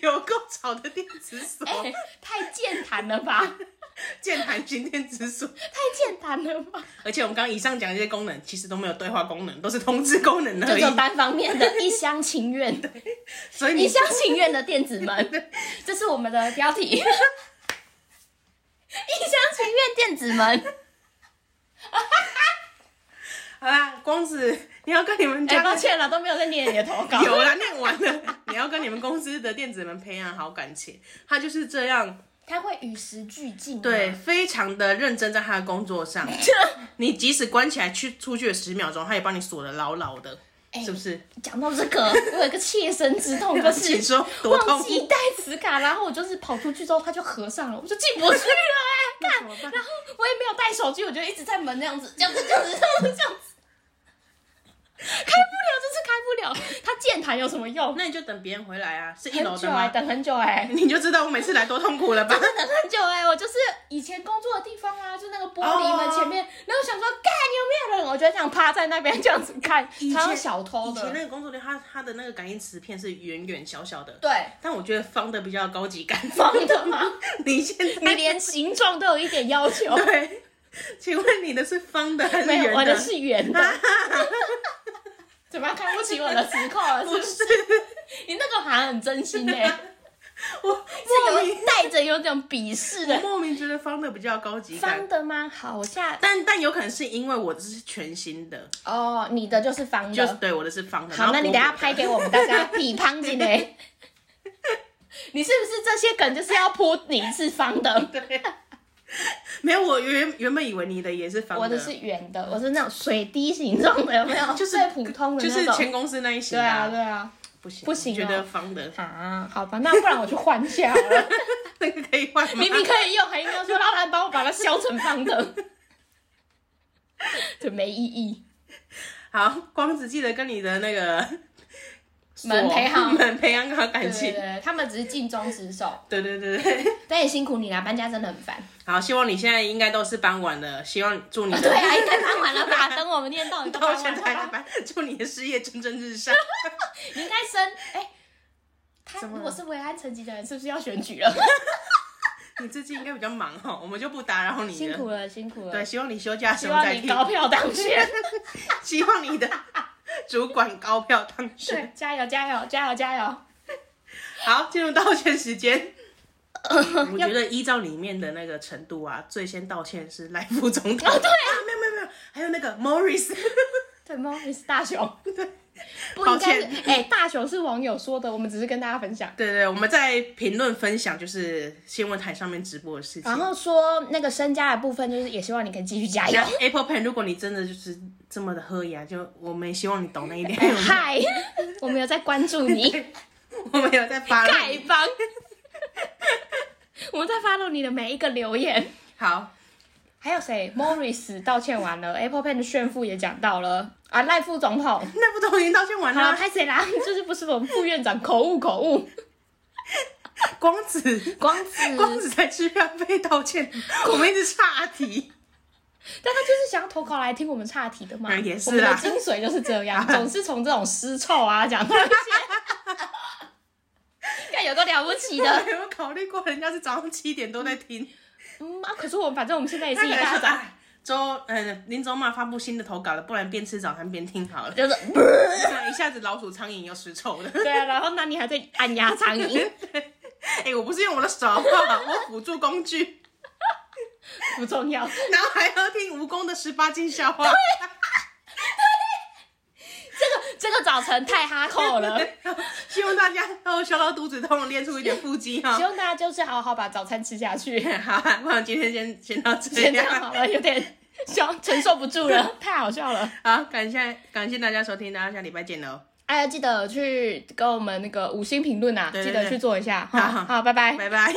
Speaker 2: 有够吵的电子锁，
Speaker 1: 哎、太健谈了吧，
Speaker 2: 键盘型电子锁。
Speaker 1: 太健谈了吧，
Speaker 2: 而且我们刚刚以上讲的这些功能，其实都没有对话功能，都是通知功
Speaker 1: (laughs)
Speaker 2: 能
Speaker 1: 就
Speaker 2: 而
Speaker 1: 只
Speaker 2: 已
Speaker 1: 有。单方面的一厢情愿， (laughs)
Speaker 2: 所以
Speaker 1: 一
Speaker 2: 你
Speaker 1: 厢情愿的电 (laughs) 子门，这是我们的标题。一厢情愿电子门。
Speaker 2: 好啦，光子，你要跟你们
Speaker 1: 哎、
Speaker 2: 家
Speaker 1: 抱歉了，都没有在念你的投稿。
Speaker 2: 有啦，念完了。你要跟你们公司的电子们培养好感情，他就是这样
Speaker 1: 他会与时俱进。
Speaker 2: 对，，非常的认真在他的工作上。 (laughs) 你即使关起来去出去的十秒钟，他也帮你锁得牢牢的，是不是？
Speaker 1: 讲到这个，我有一个切身之 (laughs) 痛，就
Speaker 2: 请
Speaker 1: 哎是
Speaker 2: 说多
Speaker 1: 忘
Speaker 2: 痛
Speaker 1: 记
Speaker 2: 苦，
Speaker 1: 带磁卡，然后我就是跑出去之后，它就合上了，我就进不去了、哎，看，然后我也没有带手机，我就一直在门那样子，这样子，这样子，这样子，这样子，开不了，就是开不了。它键盘有什么用？
Speaker 2: 那你就等别人回来啊，是一楼
Speaker 1: 很久
Speaker 2: 的
Speaker 1: 哎、
Speaker 2: 吗？
Speaker 1: 等很久哎、
Speaker 2: 你就知道我每次来多痛苦了吧？
Speaker 1: 等很久哎、我就是以前工作的地方啊，就那个玻璃门前面然后想说，干有没有人？我就这样趴在那边这样子看，
Speaker 2: 以前
Speaker 1: 超小偷
Speaker 2: 以前
Speaker 1: 的，
Speaker 2: 那个工作流，他他的那个感应磁片是圆圆小小的，
Speaker 1: 对， (laughs)
Speaker 2: 但我觉得方的比较高级感。
Speaker 1: 方的吗？
Speaker 2: 你现在
Speaker 1: (laughs) 你连形状都有一点要 (laughs) 求，
Speaker 2: 对，请问你的是方的还是
Speaker 1: 没
Speaker 2: 圆
Speaker 1: 有，我的是圆 (laughs) 的。怎么样看不起我的磁扣 (laughs) 了？是
Speaker 2: 不
Speaker 1: 不是？
Speaker 2: 是，
Speaker 1: 你那个好像很真心呢、欸
Speaker 2: 我
Speaker 1: 是
Speaker 2: 莫
Speaker 1: 有
Speaker 2: 名
Speaker 1: 带着有种鄙视
Speaker 2: 我
Speaker 1: (laughs) 的。
Speaker 2: 莫名觉得方的比较高级感
Speaker 1: 方。的吗？好，我下
Speaker 2: 但但有可能是因为我这是全新的，
Speaker 1: 哦，你的就是方的。
Speaker 2: 就是对我的是方的。然
Speaker 1: 好，
Speaker 2: 后
Speaker 1: 那你等一下
Speaker 2: 薄薄的
Speaker 1: 拍给我们大家比方几 (laughs) 嘞？你是不是这些梗就是要铺你是方的？
Speaker 2: 对，没有我原原本以为你的也是方
Speaker 1: 我的是圆的，我是那种水滴形状的，有没有？
Speaker 2: 就是
Speaker 1: 最普通的
Speaker 2: 就是
Speaker 1: 那种。
Speaker 2: 前公司那一型
Speaker 1: (laughs) 对
Speaker 2: 的
Speaker 1: 啊，
Speaker 2: 啊，
Speaker 1: 对啊。
Speaker 2: 不行
Speaker 1: 不行哦
Speaker 2: 觉得方的
Speaker 1: 啊，好吧，那不然我去换一下好了。 (laughs)
Speaker 2: 那个可以换吗？
Speaker 1: 明明可以用，还硬要说老板帮我把它削成方的，就没意 (laughs) 义。
Speaker 2: 好，光子记得跟你的那个
Speaker 1: 门培好
Speaker 2: (laughs) 门培养好感
Speaker 1: 对对
Speaker 2: 情。
Speaker 1: 对，他们只是尽忠职守，
Speaker 2: 对对对对， (laughs)
Speaker 1: 但也辛苦你啦，搬家真的很烦。
Speaker 2: 好，希望你现在应该都是搬完了，希望
Speaker 1: (laughs)
Speaker 2: 祝你
Speaker 1: (laughs)
Speaker 2: 的
Speaker 1: 对啊，应该搬完了吧？等我们念 (laughs) 到你都
Speaker 2: 到
Speaker 1: 搬
Speaker 2: 现
Speaker 1: 完
Speaker 2: 在
Speaker 1: 了
Speaker 2: 的
Speaker 1: 吧？
Speaker 2: 班， (laughs) 祝你的事业蒸蒸日上。
Speaker 1: 你应该升哎。他
Speaker 2: 怎么
Speaker 1: 如果
Speaker 2: 了
Speaker 1: 是维安层级的人，是不是要选举
Speaker 2: (laughs)
Speaker 1: 了？
Speaker 2: 你最近应该比较忙哦哈，我们就不打扰你了。
Speaker 1: 辛苦了，辛苦了。
Speaker 2: 对，，希望你休假的时
Speaker 1: 希
Speaker 2: 候
Speaker 1: 望
Speaker 2: 再
Speaker 1: 你
Speaker 2: 听。
Speaker 1: 高票当选。
Speaker 2: (laughs) 希望你的主管高票当选。
Speaker 1: 对，加油，加油，加油，加油！
Speaker 2: 好，进入道歉
Speaker 1: (laughs)
Speaker 2: 时间。我觉得依照里面的那个程度啊，最先道歉是赖副总统。
Speaker 1: 哦
Speaker 2: 对啊，没有没有没有，还有那个 Morris， (laughs)
Speaker 1: 对吗？你是大雄。对，不
Speaker 2: 抱
Speaker 1: 应该是
Speaker 2: 歉
Speaker 1: 哎、大雄是网友说的，我们只是跟大家分
Speaker 2: (laughs)
Speaker 1: 享。
Speaker 2: 对对，我们在评论分享就是新闻台上面直播的事
Speaker 1: 然
Speaker 2: 情。
Speaker 1: 后说那个身家的部分，就是也希望你可以继续加
Speaker 3: 哎
Speaker 1: 油
Speaker 2: 像。Apple Pen，如果你真的就是这么的喝牙，就我们也希望你懂那一点。
Speaker 1: 嗨，我们有在关注你，
Speaker 2: (laughs) 我们有在发
Speaker 1: 丐
Speaker 2: 力。
Speaker 1: 帮， (laughs) 我们在 follow 你的每一个留言。
Speaker 2: 好，
Speaker 1: 还有谁？Morris 道歉完了，Apple Pen 的炫富也讲到了啊，赖副总统。
Speaker 2: 那不都已经道啊歉完
Speaker 1: 好了，
Speaker 2: 了？
Speaker 1: 拍谁啦？ (laughs) 就是不是我们副院长口误口误，
Speaker 2: 光子，
Speaker 1: 光子，
Speaker 2: 光子才吃饭被道歉，我们一直岔题。
Speaker 1: 但他就是想要投稿来听我们岔题的嘛，
Speaker 2: 嗯也是
Speaker 1: 我们的
Speaker 2: 啦
Speaker 1: 精髓就是这样，
Speaker 2: (laughs)
Speaker 1: 总是从这种尸臭啊讲到一些，看有多了不起的。
Speaker 2: 有没有考虑过人家是早上七点都在听？
Speaker 1: 嗯啊，可是我们反正我们现在也
Speaker 2: 他
Speaker 1: 是
Speaker 2: 可
Speaker 1: 一
Speaker 2: 能
Speaker 1: 大
Speaker 2: 说
Speaker 1: 早，
Speaker 2: 哎周呃林周嘛发布新的投稿了，不然边吃早餐边听好了。
Speaker 1: 就是
Speaker 2: 这 (laughs) 样一下子老鼠苍蝇又失臭的。 (laughs)
Speaker 1: 对啊，然后那你还在按压苍蝇，
Speaker 2: 哎、我不是用我的手，好不好我辅助工具，
Speaker 1: (laughs) 不重要。
Speaker 2: 然后还要听蜈蚣的十八禁笑话。
Speaker 1: 这个早晨太哈扣
Speaker 2: (laughs)
Speaker 1: 了，
Speaker 2: 希望大家都笑到肚子痛，练出一点腹肌哈
Speaker 1: 希。望大家就是好好把早餐吃下去。
Speaker 2: (laughs) 好，不然今天先先到这
Speaker 1: 先这样
Speaker 2: 样。
Speaker 1: 好了，有点想承受不住
Speaker 2: (laughs)
Speaker 1: 了，太好笑了。
Speaker 2: 好，感谢感谢大家收听，大家下礼拜见喽，
Speaker 1: 哎呀，记得去给我们那个五星评论啊，
Speaker 2: 对对
Speaker 1: 记得
Speaker 2: 对
Speaker 1: 去做一下。
Speaker 2: 好
Speaker 1: 好，好，拜拜。
Speaker 2: 拜拜。